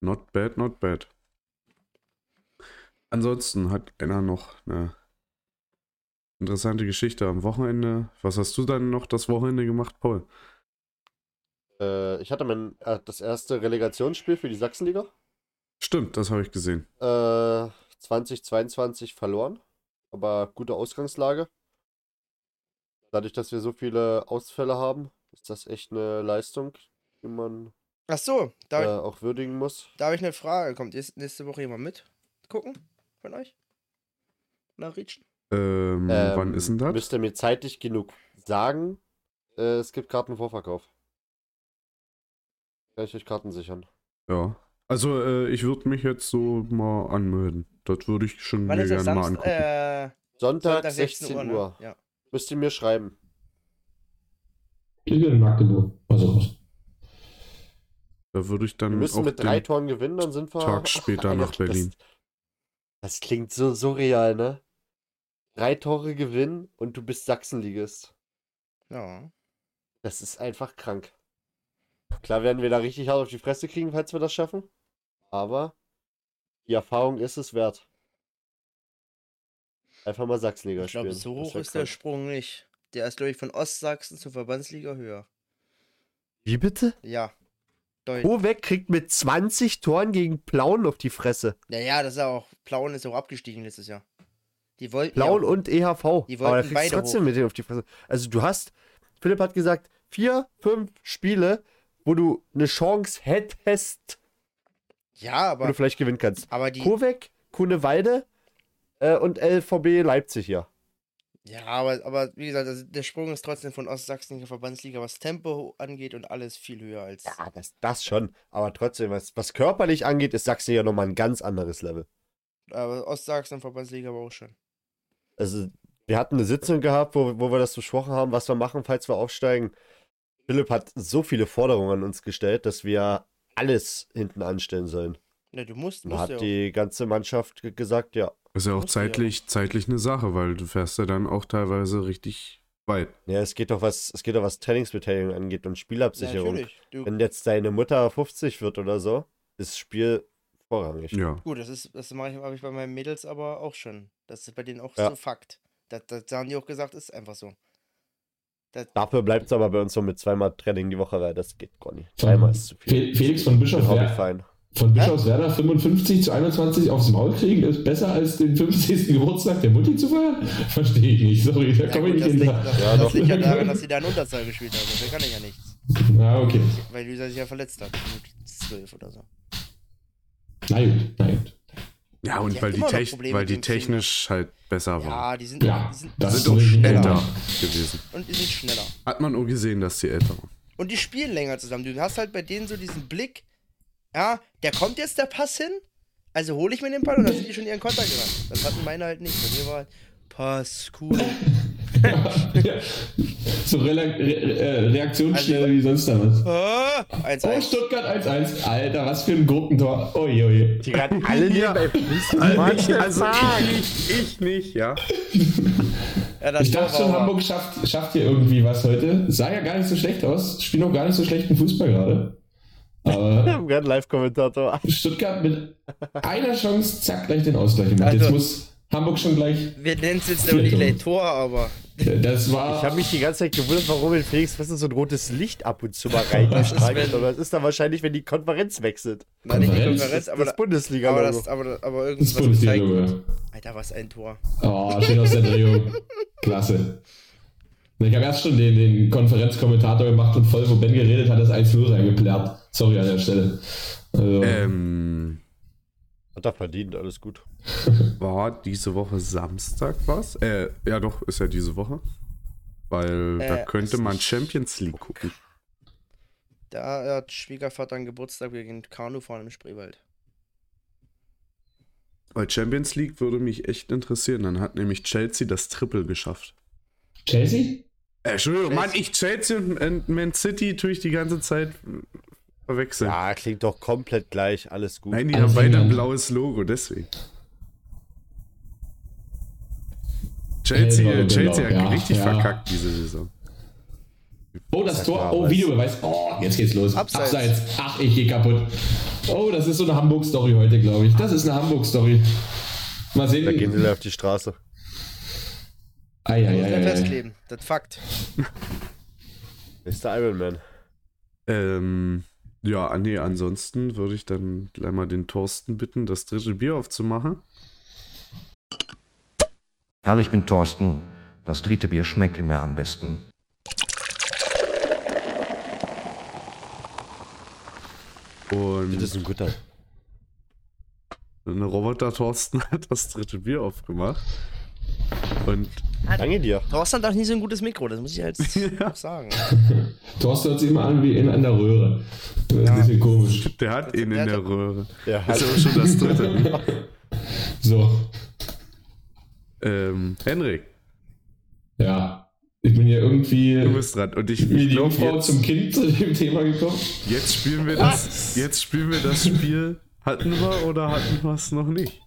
A: Not bad, not bad. Ansonsten hat einer noch eine interessante Geschichte am Wochenende. Was hast du dann noch das Wochenende gemacht, Paul?
C: Äh, ich hatte mein äh, das erste Relegationsspiel für die Sachsenliga.
A: Stimmt, das habe ich gesehen.
C: Äh, 2022 verloren, aber gute Ausgangslage. Dadurch, dass wir so viele Ausfälle haben, ist das echt eine Leistung, die man
D: Ach so,
C: äh,
D: da,
C: auch würdigen muss.
D: da habe ich eine Frage. Kommt nächste, nächste Woche jemand mit? Gucken von euch? Nach Rietschen?
A: Ähm,
C: Ähm,
A: wann ist denn das?
C: Müsst ihr mir zeitlich genug sagen. Äh, es gibt Karten im Vorverkauf. Kann ich euch Karten sichern.
A: ja. Also, äh, ich würde mich jetzt so mal anmelden. Das würde ich schon
D: Wann
A: mir
D: ist das
A: gerne mal
D: Samstag?
A: angucken.
D: Äh,
C: Sonntag,
D: Sonntag
C: 16 Uhr.
D: ne? Ja.
C: Müsst ihr mir schreiben.
E: Ich bin in Magdeburg. Also,
A: da würde ich
C: Wir
A: dann
C: müssen
A: auch
C: mit drei
A: den
C: Toren gewinnen, dann sind wir.
A: Tag später
C: Alter,
A: nach
C: das-
A: Berlin.
C: Das klingt so surreal, ne? Drei Tore gewinnen und du bist Sachsenligist.
D: ja.
C: Das ist einfach krank. Klar werden wir da richtig hart auf die Fresse kriegen, falls wir das schaffen. Aber die Erfahrung ist es wert. Einfach mal Sachsenliga
D: Ich glaube,
C: spielen.
D: so
C: Das
D: hoch
C: wär
D: ist der
C: krank.
D: Sprung nicht. Der ist, glaube ich, von Ostsachsen zur Verbandsliga höher.
C: Wie bitte?
D: Ja. Deutlich.
C: Hohweg kriegt mit 20 Toren gegen Plauen auf die Fresse.
D: Naja, das ist ja auch. Plauen ist auch abgestiegen letztes Jahr. Die wollten. ja
C: Plauen
D: auch,
C: und EHV.
D: Die wollten
C: Aber da kriegst
D: beide
C: du trotzdem mit denen auf die Fresse. Also du hast, Philipp hat gesagt, vier, fünf Spiele, wo du eine Chance hättest,
D: Ja,
C: wo du
D: aber,
C: vielleicht gewinnen kannst.
D: aber die.
C: Kurweg, Kuhneweide äh, und LVB Leipzig hier.
D: Ja, aber, aber wie gesagt, also der Sprung ist trotzdem von Ostsachsen in die Verbandsliga, was Tempo angeht und alles viel höher als.
C: Ja, das, das schon. Aber trotzdem, was, was körperlich angeht, ist Sachsen ja nochmal ein ganz anderes Level.
D: Aber Ostsachsen Verbandsliga war auch schön.
C: Also, wir hatten eine Sitzung gehabt, wo, wo wir das besprochen haben, was wir machen, falls wir aufsteigen. Philipp hat so viele Forderungen an uns gestellt, dass wir alles hinten anstellen sollen.
D: Ne, du musst,
C: Und da
D: musst ja
C: hat
D: auch.
C: die ganze Mannschaft ge- gesagt, ja.
A: Ist ja auch
D: Muss ja.
A: zeitlich, zeitlich eine Sache, weil du fährst ja dann auch teilweise richtig weit.
C: Ja, es geht doch was, es geht doch was Trainingsbeteiligung angeht und Spielabsicherung.
D: Natürlich. Du,
C: Wenn jetzt deine Mutter 50 wird oder so, ist Spiel vorrangig.
A: Ja.
D: Gut, das ist, das mache ich, habe ich bei meinen Mädels aber auch schon. Das ist bei denen auch
C: Ja.
D: so Fakt. Das, das haben die auch gesagt, ist einfach so. Das,
C: Dafür bleibt es aber bei uns so mit zweimal Training die Woche, weil das geht gar nicht. Dreimal ist zu viel.
E: Fe- Felix von Bischof,
C: Bin auch
E: ja.
C: nicht fein.
E: Von Bischofswerda 55 zu 21 aufs Maul kriegen ist besser als den 50. Geburtstag der Mutti zu feiern? Verstehe ich nicht, sorry, da
D: ja,
E: komme
D: gut,
E: ich
D: das,
E: nicht
D: liegt,
E: hinter.
D: das,
C: Ja,
D: das
C: doch.
D: liegt ja daran, dass sie da in Unterzahl gespielt haben. Da kann ich ja nichts.
E: Ah, okay.
D: Weil Lisa sich ja verletzt hat. Mit zwölf oder so.
E: Na gut, na gut.
A: Ja, und
D: Die hat
A: weil, die,
D: immer noch
A: Techn-
D: Probleme
A: weil
D: mit
A: die
D: dem Finger.
A: technisch halt besser war.
D: Ja, die sind,
E: Ja,
D: die sind,
E: das
A: Sind
E: ist
A: auch
E: richtig.
A: älter
E: Ja.
A: gewesen.
D: und die sind schneller.
A: Hat man auch gesehen, dass die älter waren.
D: Und die spielen länger zusammen. Du hast halt bei denen so diesen Blick, ja, der kommt jetzt der Pass hin, also hole ich mir den Ball und dann sind die schon ihren Konter gerannt. Das hatten meine halt nicht. Bei mir war halt Pass, cool.
E: Ja. So Rela- Re Re reaktionsschneller
D: Also-
E: wie sonst damals.
D: Ah,
E: Oh,
D: 1-1.
E: Stuttgart 1-1. Alter, was für ein Gurkentor. Ui, ui.
C: Die werden alle
A: Ja.
C: nebenbei fließen.
A: also ich, ich nicht, ja.
D: Ja, das
E: Ich dachte
D: war
E: schon,
D: aber-
E: Hamburg schafft, schafft hier irgendwie was heute. Sah ja gar nicht so schlecht aus. Spielen auch gar nicht so schlechten Fußball gerade. Aber
C: Wir haben gerade einen Live-Kommentator.
E: Stuttgart mit einer Chance, zack, gleich den Ausgleich gemacht. Jetzt
D: Also-
E: muss Hamburg schon gleich.
D: Wir nennen es jetzt noch nicht
E: Viertel.
D: gleich Tor, aber
E: Das
C: Ich habe
E: war.
C: mich die ganze Zeit gewundert, warum in Felix Wissen so ein rotes Licht ab und zu mal reingestrahlt
D: wenn-
C: aber das ist dann wahrscheinlich, wenn die Konferenz wechselt.
D: nein, nicht die
E: Konferenz,
D: Konferenz, aber,
C: Das
D: das,
C: Bundesliga
D: aber,
C: -Logo.
D: das, aber, das, aber
E: Das
D: irgendwas was gezeigt wird.
E: Bundesliga-Logo.
D: Alter, was ein Tor.
E: Oh, schön aus der Drehung. Klasse. Ich habe erst schon den, den Konferenzkommentator gemacht und voll, wo Ben geredet hat, das 1-0 reingeplärrt. Sorry an der Stelle. Also,
A: Ähm,
C: Hat er verdient, alles gut.
A: war diese Woche Samstag was? Äh, ja doch, ist ja diese Woche. Weil da
D: Äh,
A: könnte
D: ist
A: man
D: nicht-
A: Champions League gucken.
D: Da hat Schwiegervater einen Geburtstag, wir gehen Kanu fahren im Spreewald.
A: Weil Champions League würde mich echt interessieren. Dann hat nämlich Chelsea das Triple geschafft.
E: Chelsea?
A: Äh, Entschuldigung,
D: Chelsea.
A: Mann, ich Chelsea und- und Man City tue ich die ganze Zeit mh, verwechseln.
C: Ja, klingt doch komplett gleich, alles gut.
A: Nein, die
E: Alles
A: haben beide ein
E: England.
A: blaues Logo, deswegen. Chelsea,
E: Logo,
A: Chelsea
E: genau,
A: hat
E: ja,
A: richtig
E: ja.
A: verkackt diese Saison.
E: Oh, das Tor.
C: klar,
E: Oh,
C: weiß.
E: Videobeweis. Oh, jetzt geht's los.
D: Abseits.
E: Abseits. Ach, ich gehe kaputt. Oh, das ist so eine Hamburg-Story heute, glaube ich. Das ist eine Hamburg-Story. Mal sehen.
C: Da gehen sie auf die Straße.
E: Ei,
D: Da
E: ei,
D: muss
E: ei,
D: man
E: ei.
D: festkleben, das Fakt.
C: Mr. Iron Man.
A: Ähm, ja, ah, nee, ansonsten würde ich dann gleich mal den Thorsten bitten, das dritte Bier aufzumachen.
H: Hallo, ich bin Thorsten. Das dritte Bier schmeckt mir am besten.
A: Und
C: ein guter.
A: ein Roboter Thorsten hat das dritte Bier aufgemacht. Und
C: Danke dir.
D: Thorsten hat auch nie so ein gutes Mikro, das muss ich jetzt auch sagen.
E: Thorsten hört sich immer an wie in einer Röhre. Das ist ein bisschen komisch.
A: der hat ihn in
D: der
A: der
D: hat-
A: Röhre.
C: Ja,
A: Ist ja auch schon das dritte. ne?
E: So.
A: ähm, Henrik,
E: Ja. Ich bin ja irgendwie
A: du bist dran. Und ich,
E: wie
A: ich
E: die
A: glaube,
E: Jungfrau
A: jetzt,
E: zum Kind zu dem Thema gekommen.
A: jetzt spielen wir das. Jetzt spielen wir das Spiel. Hatten wir oder hatten wir es noch nicht?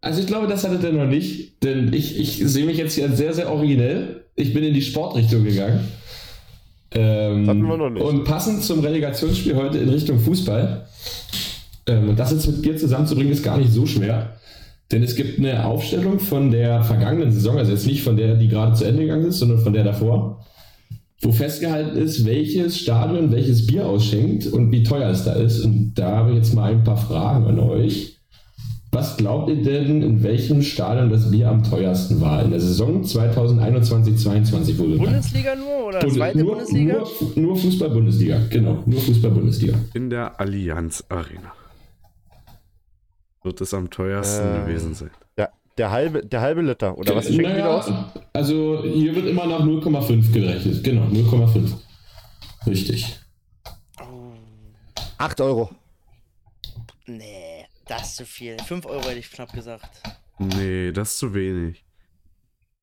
E: Also ich glaube, das hattet ihr noch nicht, denn ich, ich sehe mich jetzt hier als sehr, sehr originell. Ich bin in die Sportrichtung gegangen. Ähm,
C: Hatten wir noch nicht.
E: Und passend zum Relegationsspiel heute in Richtung Fußball. Ähm, und das jetzt mit Bier zusammenzubringen, ist gar nicht so schwer. Denn es gibt eine Aufstellung von der vergangenen Saison, also jetzt nicht von der, die gerade zu Ende gegangen ist, sondern von der davor, wo festgehalten ist, welches Stadion welches Bier ausschenkt und wie teuer es da ist. Und da habe ich jetzt mal ein paar Fragen an euch. Was glaubt ihr denn, in welchem Stadion das Bier am teuersten war? In der Saison 2021-22 wurde
D: Bundesliga nur oder
E: Bundes-
D: zweite
E: nur,
D: Bundesliga?
E: Nur, nur Fußball-Bundesliga, genau. Nur Fußball-Bundesliga.
A: In der Allianz Arena. Wird es am teuersten
E: Ähm.
C: Äh.
A: gewesen sein.
C: Der, der, halbe, der halbe Liter. Oder was schenken die da aus?
E: Naja, also hier wird immer nach 0,5 gerechnet. Genau, 0,5. Richtig.
C: 8 Euro.
D: Nee. Das ist zu viel. 5 Euro hätte ich knapp gesagt.
A: Nee, das ist zu wenig.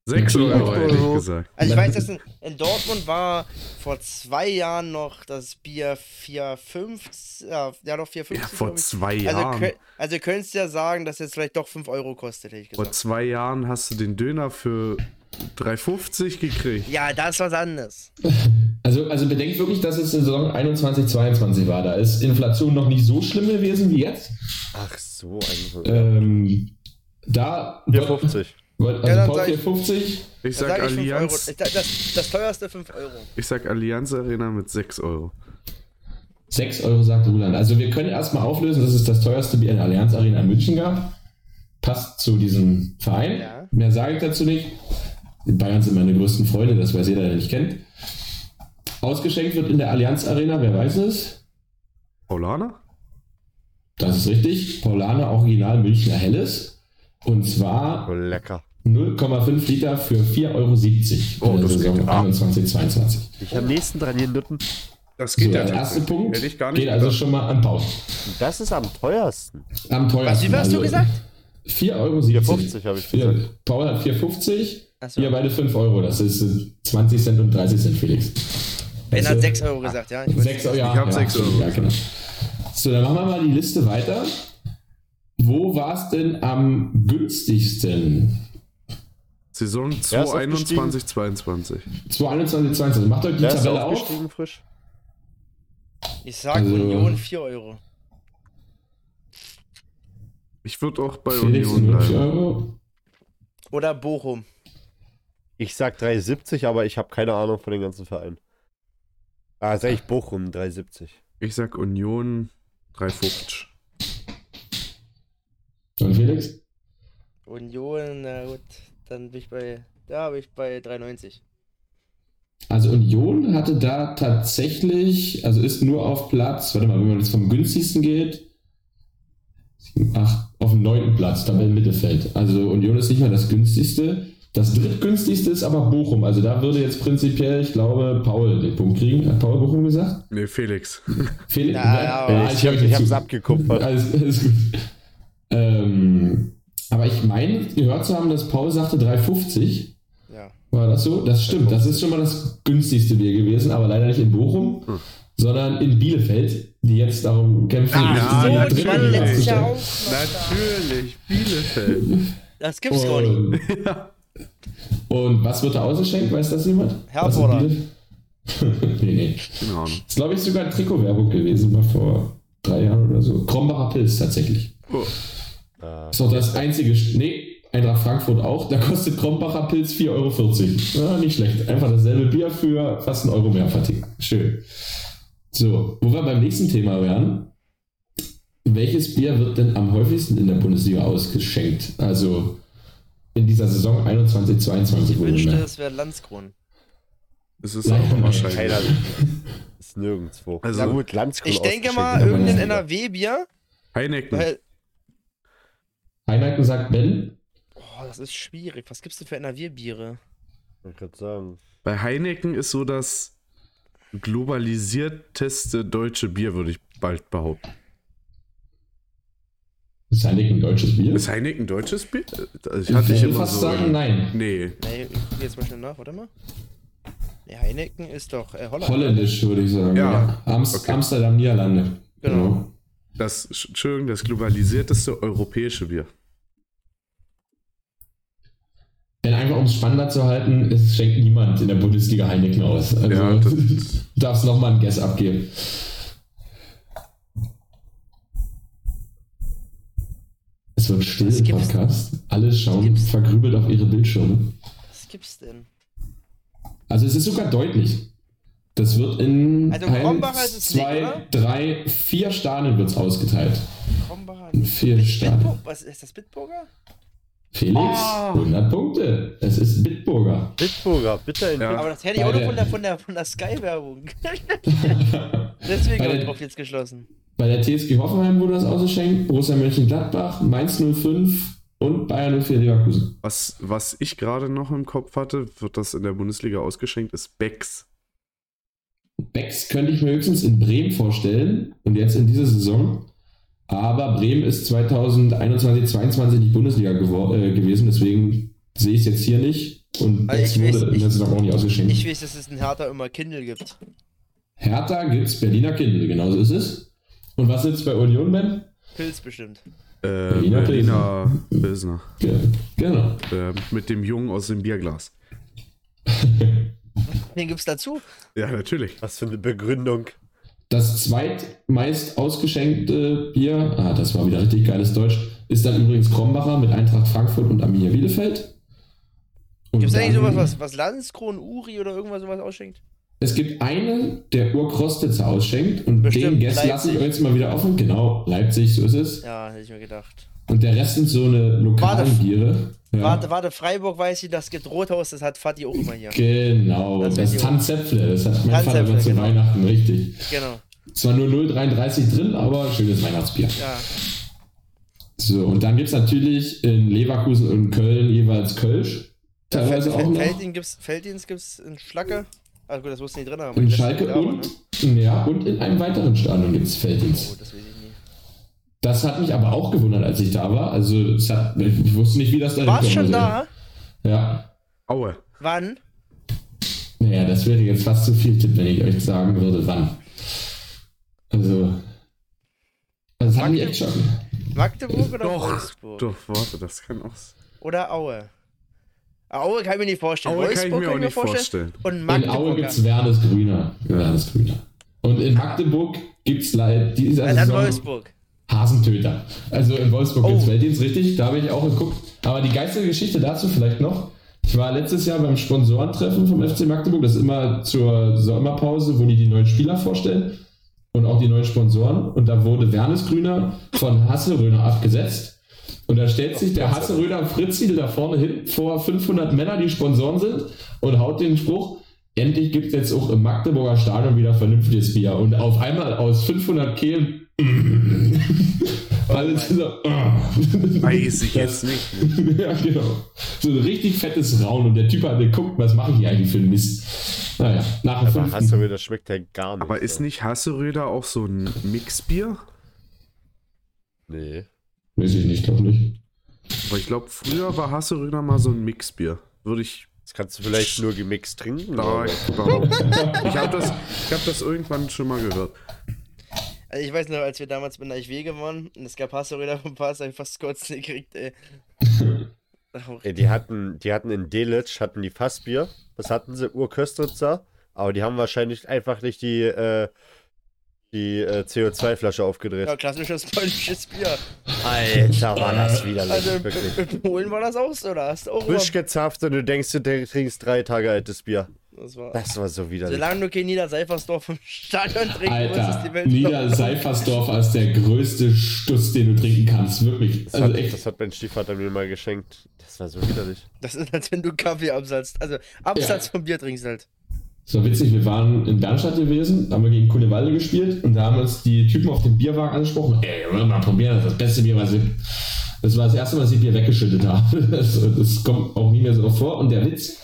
A: 6
E: Ja,
A: Euro
E: acht
A: hätte ich
E: Euro.
A: gesagt.
D: Also ich weiß, dass in, in Dortmund war vor zwei Jahren noch das Bier 4,5. Ja, ja, doch 4,50.
A: Ja, vor
D: glaub ich.
A: zwei
D: Also,
A: Jahren.
D: kö- also könntest du ja sagen, dass jetzt vielleicht doch 5 Euro kostet, hätte ich
A: vor
D: gesagt.
A: zwei Jahren hast du den Döner für 3,50 gekriegt.
D: Ja, das ist was anderes.
E: Also, also bedenkt wirklich, dass es die Saison 21, 22 war. Da ist Inflation noch nicht so schlimm gewesen wie jetzt.
C: Ach so, also
A: Äh.
C: ein
E: Ähm, da.
C: 4,50.
E: Also
D: Ja, dann
E: Paul
D: sag ich-
E: 450.
A: Ich
D: Dann
A: sag,
D: sag ich 5 Euro.
A: Allianz,
D: Ich sag, Das, das teuerste 5 Euro.
A: ich sag Allianz Arena mit 6 Euro.
E: 6 Euro sagt Roland. Also wir können erstmal auflösen, dass es das teuerste Bier in der Allianz Arena in München gab. Passt zu diesem Verein.
D: Ja.
E: Mehr sage ich dazu nicht. Die Bayern sind meine größten Freunde, das weiß jeder, der nicht kennt. Ausgeschenkt wird in der Allianz Arena, wer weiß es?
A: Paulaner?
E: Das ist richtig. Paulaner Original Münchner Helles. Und zwar
C: Oh, lecker.
E: 0,5 Liter für 4,70 Euro.
A: Oh,
E: in der
A: das geht
E: Saison
A: ja.
E: 21, 22.
C: Ich am nächsten dran hier Nutten.
A: Das
E: So, der erste Punkt
A: Hätte ich gar nicht
E: geht also
A: gedacht.
E: schon mal an Paul.
C: Das ist am teuersten.
E: Am
D: Was,
E: teuersten.
D: wie hast du
E: also
D: gesagt?
E: 4,70 Euro.
C: 4,50 habe ich
E: Vier,
C: gesagt.
E: Paul hat 4,50.
D: Ach so.
E: Wir beide 5 Euro. Das ist äh, 20 Cent und 30 Cent, Felix.
D: Ben hat
E: Also,
D: 6 Euro gesagt, ja. Ich weiß-
E: sechs Euro. Ja,
A: Ich hab
E: ja,
A: sechs
E: absolut,
A: Euro.
E: Ja, genau. So, dann machen wir mal die Liste weiter. Wo war es denn am günstigsten?
A: Saison
C: Ja, ist aufgestiegen.
A: 2021, 22.
E: 221, 22. Macht euch die
C: Der ist
E: Tabelle auf.
C: aufgestiegen frisch.
D: Ich sag
E: Also-
D: Union 4 Euro.
A: Ich würde auch bei
E: Felix
A: Union
E: und 4
A: bleiben.
E: Euro.
D: Oder Bochum.
C: Ich sag 3,70, aber ich habe keine Ahnung von den ganzen Vereinen. Ah, sag ich Bochum 3,70.
A: Ich sag Union 3,50.
E: Und Felix?
D: Union, na gut. Dann bin ich bei. Da bin ich bei 3,90.
E: Also Union hatte da tatsächlich, also ist nur auf Platz, warte mal, wenn man jetzt vom günstigsten geht, sieben, acht, auf dem neunten Platz, Tabellenmittelfeld. Also Union ist nicht mehr das günstigste. Das drittgünstigste ist aber Bochum. Also da würde jetzt prinzipiell, ich glaube, Paul den Punkt kriegen. Hat Paul Bochum gesagt?
A: Nee, Felix.
E: Felix?
D: Na, aber
A: Ah,
C: ich
E: höre
C: hab-
E: dir
C: ich hab's
E: zu.
C: abgekupfert.
E: Alles, alles gut. Ähm, aber ich meine, gehört zu haben, dass Paul sagte 3,50.
D: Ja.
E: War das so? Das stimmt. Das ist schon mal das günstigste Bier gewesen, aber leider nicht in Bochum,
A: Hm.
E: sondern in Bielefeld, die jetzt darum kämpfen.
D: Ah,
E: diesen
A: so,
E: dritten
A: die waren
E: Platz zu
A: letztes
E: stellen.
D: Jahr auch.
A: Natürlich, Bielefeld.
D: Das gibt's gar nicht.
E: Und, und was wird da ausgeschenkt? Weiß das jemand?
D: Herforder.
E: Was in Bielefeld- nee, nee.
A: Keine Ahnung.
E: Ist, glaube ich, sogar Trikotwerbung gewesen, war vor drei Jahren oder so. Krombacher Pilz tatsächlich.
A: Oh,
C: Ah,
E: Ist doch das einzige. Sch- Nee, Eintracht Frankfurt auch. Da kostet Krombacher Pilz 4,40 Euro. Ja, nicht schlecht. Einfach dasselbe Bier für fast einen Euro mehr vertickt. Schön. So, wo wir beim nächsten Thema wären. Welches Bier wird denn am häufigsten in der Bundesliga ausgeschenkt? Also in dieser Saison 21, 22
D: Ich wünschte,
E: wohlgemerkt.
D: es wäre Landskron.
A: es ist aber
C: Keiner
A: wahrscheinlich.
C: ist nirgendwo.
A: Also-
C: Na gut, Landskron
D: Ich denke mal,
E: aber
C: ausgeschenkt.
D: irgendein
E: ja.
D: NRW-Bier,
A: Heineken.
D: weil.
E: Heineken sagt Ben.
D: Oh, das ist schwierig. Was gibt's denn für NRW-Biere?
C: Ich würde sagen.
A: Bei Heineken ist so das globalisierteste deutsche Bier, würde ich bald behaupten.
E: Ist Heineken ein deutsches Bier?
A: Ist Heineken deutsches Bier? Also ich hatte ich
E: würde
A: immer
E: fast
A: so.
E: sagen, nein.
A: Nee,
D: Nee, ich guck jetzt mal schnell nach, warte mal. Nee, Heineken ist doch äh, Holland.
E: Holländisch würde ich sagen.
A: Ja.
E: Amst
A: Okay.
E: Amsterdam, Niederlande.
D: Genau.
A: das, Entschuldigung, das globalisierteste europäische Bier.
E: Denn einfach um es spannender zu halten, es schenkt niemand in der Bundesliga Heineken aus. Also
A: Ja,
E: ja,
A: das-
E: darfst nochmal ein Guess abgeben. Es wird still
D: Was
E: im
D: gibt's-
E: Podcast. Alle schauen
D: gibt's-
E: vergrübelt auf ihre Bildschirme.
D: Was gibt's denn?
E: Also es ist sogar deutlich. Das wird in
D: Also Krombacher ist
E: eins,
D: es nicht,
E: zwei,
D: oder?
E: drei, vier Stadien wird es ausgeteilt.
D: Krombacher.
E: In vier Stadien.
D: Bitburg? Was ist das Bitburger?
E: Felix,
A: Ah.
E: 100 Punkte. Es ist Bitburger.
C: Bitburger, bitte in
A: Ja.
C: Bitburger.
D: Aber das hätte ich
E: Bei
D: auch noch
E: der-
D: von der, von der, von der Sky-Werbung. Deswegen
E: Bei
D: habe ich
E: der-
D: drauf jetzt geschlossen.
E: Bei der TSG Hoffenheim wurde das ausgeschenkt, Borussia Mönchengladbach, Mainz 05 und Bayern 04 Leverkusen.
A: Was, was ich gerade noch im Kopf hatte, wird das in der Bundesliga ausgeschenkt, ist Becks.
E: Becks könnte ich mir höchstens in Bremen vorstellen und jetzt in dieser Saison. Aber Bremen ist 2021, 22 nicht Bundesliga gewor- äh, gewesen, deswegen sehe ich es jetzt hier nicht. Und
D: Also
E: das
D: ich weiß-
E: wurde in der
D: ich-
E: Saison auch nicht ausgeschenkt.
D: Ich weiß, dass es in Hertha immer Kindle gibt.
E: Hertha gibt es Berliner Kindle, genau so ist es. Und was sitzt bei Union, Ben?
D: Pilz bestimmt.
A: Äh,
E: Berliner
A: Berliner Pilsner.
E: Ge genau.
A: Äh, mit dem Jungen aus dem Bierglas.
D: Den gibt's dazu.
A: Ja, natürlich.
C: Was für eine Begründung.
E: Das zweitmeist ausgeschenkte Bier, ah, das war wieder richtig geiles Deutsch, ist dann übrigens Krombacher mit Eintracht Frankfurt und Arminia Bielefeld. Und
D: Gibt's eigentlich
E: dann-
D: sowas, was, was Landeskron, Uri oder irgendwas sowas ausschenkt?
E: Es gibt einen, der Urkrostitzer ausschenkt und den
D: Bestimmt
E: Guest lassen wir
D: Leipzig.
E: jetzt mal wieder offen. Genau, Leipzig, so ist es.
D: Ja, hätte ich mir gedacht.
E: Und der Rest sind so eine lokalen
D: Warte.
E: Biere. Ja.
D: Warte, warte, Freiburg weiß ich, das gibt Rothaus, das hat Fatih auch immer hier.
E: Genau,
D: Das
E: das,
D: ist
E: das
D: die-
E: Tanzzäpfle, das hat mein Vater
D: Tanzzäpfle,
E: immer zu
D: genau.
E: Weihnachten, richtig.
D: Genau.
E: Zwar nur 0,33 drin, aber schönes Weihnachtsbier.
D: Ja.
E: So, und dann gibt es natürlich in Leverkusen und Köln jeweils Kölsch. Teilweise auch noch.
D: Feldin gibt's, Feldins gibt's in Schlacke. Ah gut, das wusste ich nicht drin, aber
E: In
D: das
E: Schalke
D: steht da, aber,
E: und,
D: ne?
E: ja, und in einem weiteren Stadion gibt es
D: Oh,
E: Felddienst.
D: das weiß ich nie.
E: Das hat mich aber auch gewundert, als ich da war. Also, es hat, ich wusste nicht, wie das da
D: Warst
E: hinkommen
D: schon
E: soll.
D: da?
E: Ja.
A: Aue.
D: Wann?
E: Naja, das wäre jetzt fast zu viel Tipp, wenn ich euch sagen würde, wann. Also, das hat mich echt schocken.
D: Magdeburg oder
A: Doch,
D: Wolfsburg?
A: doch, warte, das kann auch.
D: Oder Aue? Aue kann ich mir nicht vorstellen.
A: Aue kann ich
D: Wolfsburg
A: mir auch nicht vorstellen.
D: Und
E: In Aue
D: Magdeburg.
E: gibt es Wernes Grüner. Wernes Grüner. Und in Magdeburg gibt es leider diese
D: Ja, dann
E: Saison
D: Wolfsburg.
E: Hasentöter. Also in Wolfsburg
D: Oh.
E: gibt es Weltdienst, richtig? Da habe ich auch geguckt. Aber die geilste Geschichte dazu vielleicht noch. Ich war letztes Jahr beim Sponsorentreffen vom FC Magdeburg. Das ist immer zur Sommerpause, wo die die neuen Spieler vorstellen und auch die neuen Sponsoren. Und da wurde Wernes Grüner von Hasselröner abgesetzt. Und da stellt sich der Hasselröder Fritzl da vorne hin vor 500 Männer, die Sponsoren sind, und haut den Spruch: Endlich gibt es jetzt auch im Magdeburger Stadion wieder vernünftiges Bier. Und auf einmal aus 500 Kehlen. Alle dieser.
A: Weiß ich
E: Das-
A: jetzt nicht.
E: ja, genau. So ein richtig fettes Raunen. Und der Typ hat geguckt, was mache ich hier eigentlich für einen Mist. Naja, nach dem
C: Aber
E: fünften.
C: Hasseröder schmeckt ja gar nicht. ne?
A: Aber ist nicht Hasseröder auch so ein Mixbier?
C: Nee.
E: Weiß ich nicht, glaube nicht.
A: Aber ich glaube, früher war Hasseröder mal so ein Mixbier. Würde ich
C: Das kannst du vielleicht nur gemixt trinken. ne?
A: da
C: aber-
A: behaupten. Ich habe das, ich hab das irgendwann schon mal gehört.
D: Also ich weiß noch, als wir damals mit Neichweh gewonnen und es gab Hasseröder vom Pass, hab ich fast kurz gekriegt, ey. Oh, Auch
C: Ey, die hatten, die hatten in Delitzsch, hatten die Fassbier. Was hatten sie? Urköstritzer. Aber die haben wahrscheinlich einfach nicht die, äh, die äh, CO2-Flasche aufgedreht.
D: ja, klassisches polnisches Bier.
C: Alter, war das widerlich.
D: Also in,
C: wirklich.
D: in Polen war das auch so, da hast du auch
C: Frisch gezapft und du denkst, du trinkst drei Tage altes Bier.
D: Das war.
C: Das war so widerlich.
D: Solange du kein Niederseifersdorf vom Stadion trinken musst, ist
E: Alter,
D: die Welt
E: Niederseifersdorf als der größte Stuss, den du trinken kannst. Wirklich.
C: Das,
E: Also
C: hat,
E: echt.
C: das hat mein Stiefvater mir mal geschenkt. Das war so widerlich.
D: Das ist, als wenn du Kaffee absatzt. Also Absatz vom Bier trinkst halt.
E: Es war witzig, wir waren in Darmstadt gewesen, haben wir gegen Kunewalde gespielt und da haben uns die Typen auf dem Bierwagen angesprochen, ey, wollen wir mal probieren, das ist das beste Bier, was ich... Das war das erste Mal, dass ich Bier weggeschüttet habe. Das, das kommt auch nie mehr so oft vor. Und der Witz,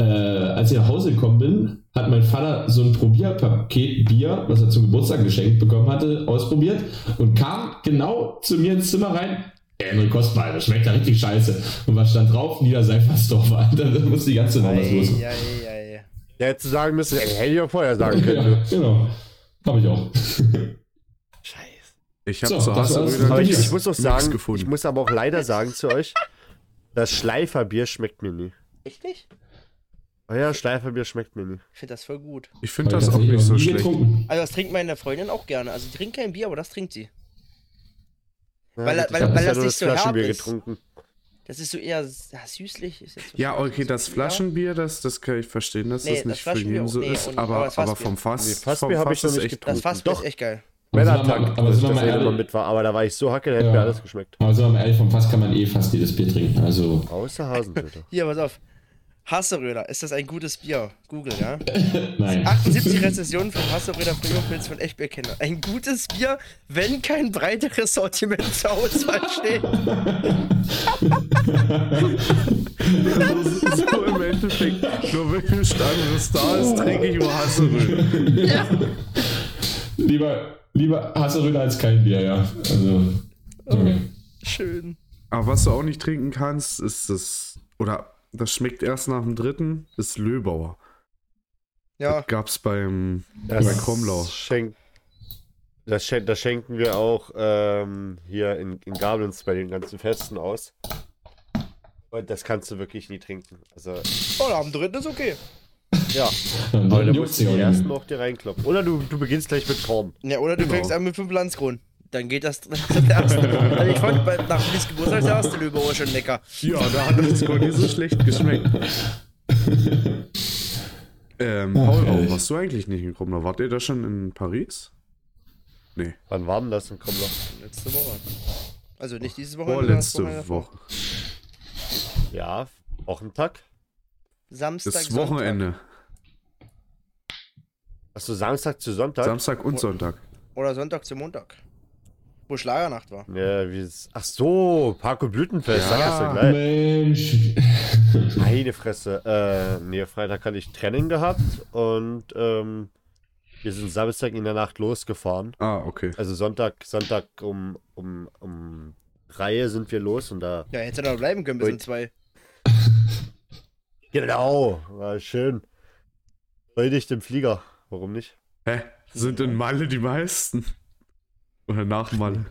E: äh, als ich nach Hause gekommen bin, hat mein Vater so ein Probierpaket Bier, was er zum Geburtstag geschenkt bekommen hatte, ausprobiert und kam genau zu mir ins Zimmer rein. Henry Kostbar, das schmeckt ja richtig scheiße. Und was stand drauf? Niederseifersdorfer. Alter, da muss die ganze Nummer los.
D: Ei, ei, ei, ei.
C: Der hätte sagen müssen, ey, hätte ich auch vorher sagen können.
E: Ja, genau. Habe ich auch.
D: Scheiße.
A: Ich habe
E: So,
A: zu
E: das war's.
A: Hasseröder
C: Aber ich,
E: Nix.
C: ich muss auch
A: Nix
C: sagen,
A: gefunden.
C: ich muss aber auch leider sagen zu euch, das Schleiferbier schmeckt mir nie.
D: Echt nicht?
C: Euer Schleiferbier schmeckt mir nie.
D: Ich finde das voll gut.
A: Ich finde das auch nicht
E: noch
A: so
E: nie
A: schlecht.
E: getrunken.
D: Also das trinkt meine Freundin auch gerne. Also die trinkt kein Bier, aber das trinkt sie.
C: Ja,
D: Weil-
C: gut, ich
D: weil- weil
C: hab bisher
D: das
C: nur
D: nicht so herb
C: Flaschenbier
D: ist.
C: getrunken.
D: Das ist so eher s- ja, süßlich. Ist jetzt so
A: Ja, okay, das
D: Ja.
A: Flaschenbier, das, das kann ich verstehen, dass
D: Nee,
A: das nicht
D: das
A: für jeden
D: Flaschenbier
A: so
D: auch- nee,
A: ist,
D: und- aber
A: aber,
D: das
A: aber
D: Fassbier.
A: vom Fass,
C: Nee,
A: vom
C: Fassbier hab ich noch
A: ist
C: nicht
A: echt
C: getrunken.
D: Das Fass
C: Doch.
D: ist echt geil.
E: Aber sind wir
C: Männertag,
E: mal- aber sind wir
C: das
E: mal
C: eh
E: ehrlich-
C: immer mit war, aber da war ich so hacke, da hätte
E: Ja.
C: mir alles geschmeckt.
E: Aber sind wir mal ehrlich, vom Fass kann man eh fast jedes Bier trinken. Also,
C: Außer Hasentöter.
D: Hier, pass auf. Hasseröder, ist das ein gutes Bier? Google, ja?
E: nein.
D: 78 Rezessionen von Hasseröder Premiumpilz von Echtbierkenner. Ein gutes Bier, wenn kein breiteres Sortiment zur Auswahl steht.
A: Das ist so im Endeffekt, nur wenn du Stein des Stars trinke ich über Hasseröder.
E: Lieber Lieber Hasseröder als kein Bier, ja. Also, okay.
D: Schön.
A: Aber was du auch nicht trinken kannst, ist das, oder das schmeckt erst nach dem dritten, ist Löbauer.
D: Ja,
A: Das gab's beim,
C: Das
A: bei Kromlau.
C: Schenk, das, schen, das schenken wir auch ähm, hier in, in Gablens bei den ganzen Festen aus. Und das kannst du wirklich nie trinken. Also,
D: oder oh, am dritten ist okay.
C: ja.
E: Dann
C: Aber du
E: juckt's
C: musst
E: ja auch
C: den
E: nicht.
C: ersten auch dir reinkloppen. Oder du, du beginnst gleich mit Korn.
D: Ja, oder du
A: Genau.
D: fängst an mit fünf Landskronen. Dann geht das, das ist der erste. also ich fand bei, nach Willis Geburtstag ist der erste Löbauer schon lecker.
A: Ja, da hat das gar nicht so schlecht geschmeckt. ähm, Paul, warum
E: herrlich.
A: warst du eigentlich nicht in Kromlau? Wart ihr da schon in Paris? Nee,
C: Wann war denn das in Kromlau?
D: Letzte Woche. Also nicht dieses Wochenende. sondern das
A: vorletzte
D: Wochenende
A: Woche.
C: Ja, Wochentag.
D: davor. Samstag,
A: Das
D: Sonntag.
A: Wochenende.
C: Achso, Samstag zu Sonntag?
A: Samstag und Sonntag.
D: Oder Sonntag zu Montag. Wo Schlagernacht war.
C: ja, wie ist, ach so, Park und
A: Ja.
C: Blütenfest. Sag erst mal gleich.
E: Mensch.
C: Meine Fresse. Äh, nee, Freitag hatte ich Training gehabt und ähm, wir sind Samstag in der Nacht losgefahren.
A: Ah, okay.
C: Also Sonntag, Sonntag um, um, um Reihe sind wir los und da.
D: Ja, hätte noch bleiben können bis um zwei.
C: Genau, war schön. Voll dicht im Flieger. Warum nicht?
A: Hä? Sind in Malle die meisten? Oder nach Malle?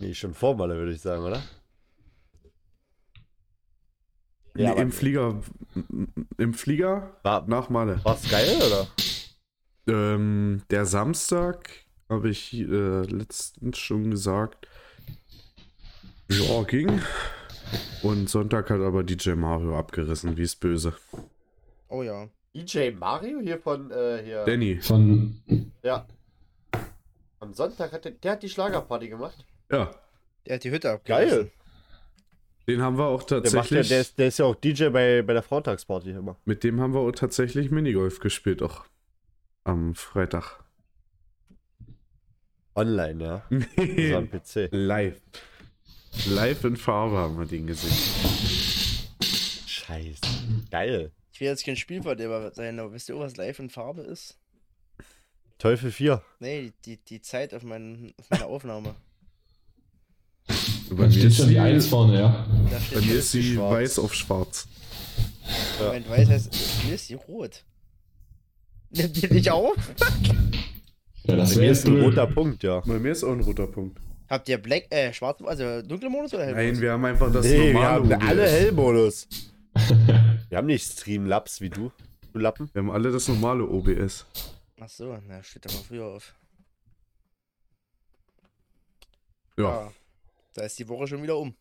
C: Nee, schon vor Malle, würde ich sagen, oder?
A: Nee,
C: Ja,
A: Im
C: aber
A: Flieger. Im Flieger
C: war,
A: nach Malle.
C: war's geil, oder?
A: Ähm, der Samstag habe ich äh, letztens schon gesagt. Ja, ging. Und Sonntag hat aber DJ Mario abgerissen, wie es böse.
D: Oh ja.
C: DJ E Mario hier von äh, hier.
A: Danny.
E: Von.
C: Ja. Am Sonntag hat der, der hat die Schlagerparty gemacht.
A: Ja,
D: Der hat die Hütte abgerissen.
C: Geil.
A: den haben wir auch
C: Der, macht ja,
A: tatsächlich.
C: der, ist, der ist ja auch DJ bei, bei der Frauentagsparty immer.
A: mit dem haben wir auch tatsächlich Minigolf gespielt, auch am Freitag.
C: Online, ja. So am
A: Nee.
C: PC.
A: Live. Live in Farbe haben wir den gesehen.
C: Scheiße. Geil.
D: Ich will jetzt kein Spielverderber sein, aber wisst ihr, was live in Farbe ist?
C: Teufel 4.
D: Nee, die, die, die Zeit auf, meinen- auf meiner Aufnahme.
A: Bei
E: Da
A: mir
E: steht
A: ist
E: schon die
A: die-
E: 1 vorne,
D: Da
E: ja.
A: bei
D: steht
A: mir ist sie
C: schwarz.
A: weiß auf schwarz.
D: Moment, weiß heißt, bei mir ist die rot. Nimmt die nicht auf?
E: ja das
C: Mir
E: wäre
C: ist ein roter Punkt, ja.
A: Bei mir ist auch ein roter Punkt.
D: Habt ihr Black, äh, schwarzen, also dunkle Modus oder hellblau?
A: Nein, wir haben einfach das
C: Nee, wir
A: normale
C: haben
A: OBS.
C: alle Hellmodus. wir haben nicht Streamlabs wie du, du Lappen.
A: Wir haben alle das normale OBS.
D: Ach so, na, steht doch mal früher auf.
A: Ja.
D: Ah, da ist die Woche schon wieder um.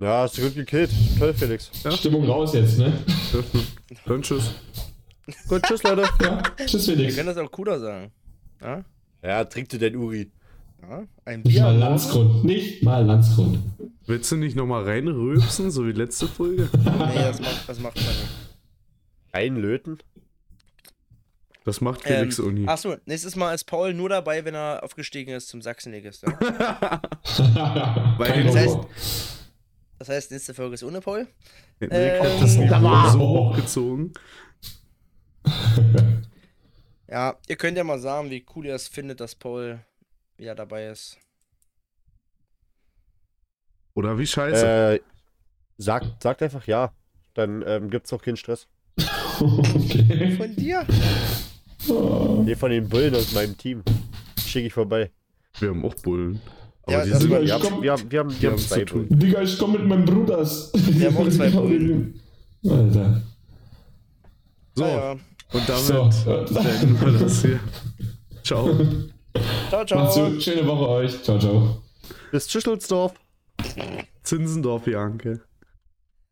C: Ja, hast du gut gekillt. Toll, Felix.
E: Stimmung raus jetzt, ne?
A: Dann tschüss.
C: Gut, tschüss, Leute.
E: Ja. Tschüss,
D: Wir
E: Felix.
D: können das auch cooler sagen. Ja?
C: ja, trink du dein Uri.
D: Ja? Ein
E: Nicht
D: Bier
E: mal
D: am Morgen?
E: Landsgrund. Nicht mal Landsgrund.
A: Willst du nicht nochmal reinrülpsen, so wie letzte Folge?
D: Nee, das macht, das macht man nicht.
C: Einlöten.
A: Das macht
D: Ähm,
A: Felix Uni.
D: Achso, nächstes Mal ist Paul nur dabei, wenn er aufgestiegen ist zum Sachsenligist. Ja?
E: Kein
A: das
D: heißt-
E: Horror.
D: Das heißt, nächste Folge ist ohne Paul.
A: Henrik hat das
D: ähm,
A: Niveau
E: aber-
A: so hochgezogen.
D: Ja, ihr könnt ja mal sagen, wie cool ihr es findet, dass Paul wieder dabei ist.
A: Oder wie scheiße.
C: Äh, sagt, sagt einfach ja. Dann ähm, gibt's auch keinen Stress.
E: okay. Oh.
D: Von dir?
C: Nee, von den Bullen aus meinem Team. Schicke ich vorbei.
A: wir haben auch Bullen. Aber
D: Ja,
A: die
D: das
A: sind
E: war-
A: die
C: Wir haben,
E: Komm.
C: wir haben, wir haben, wir
A: haben
C: haben
A: es
C: zwei
A: zu
C: Bullen.
A: tun.
E: Digga, ich komm mit meinem Bruders.
D: Wir haben auch zwei Brüder.
E: Alter.
A: So,
D: Ja, ja.
A: und damit
E: So.
A: beenden wir das hier. Ciao.
D: Ciao,
E: Macht's
D: ciao.
E: gut. Schöne Woche euch. Ciao, ciao.
C: Bis Tschüsselsdorf.
A: Zinsendorf, Janke.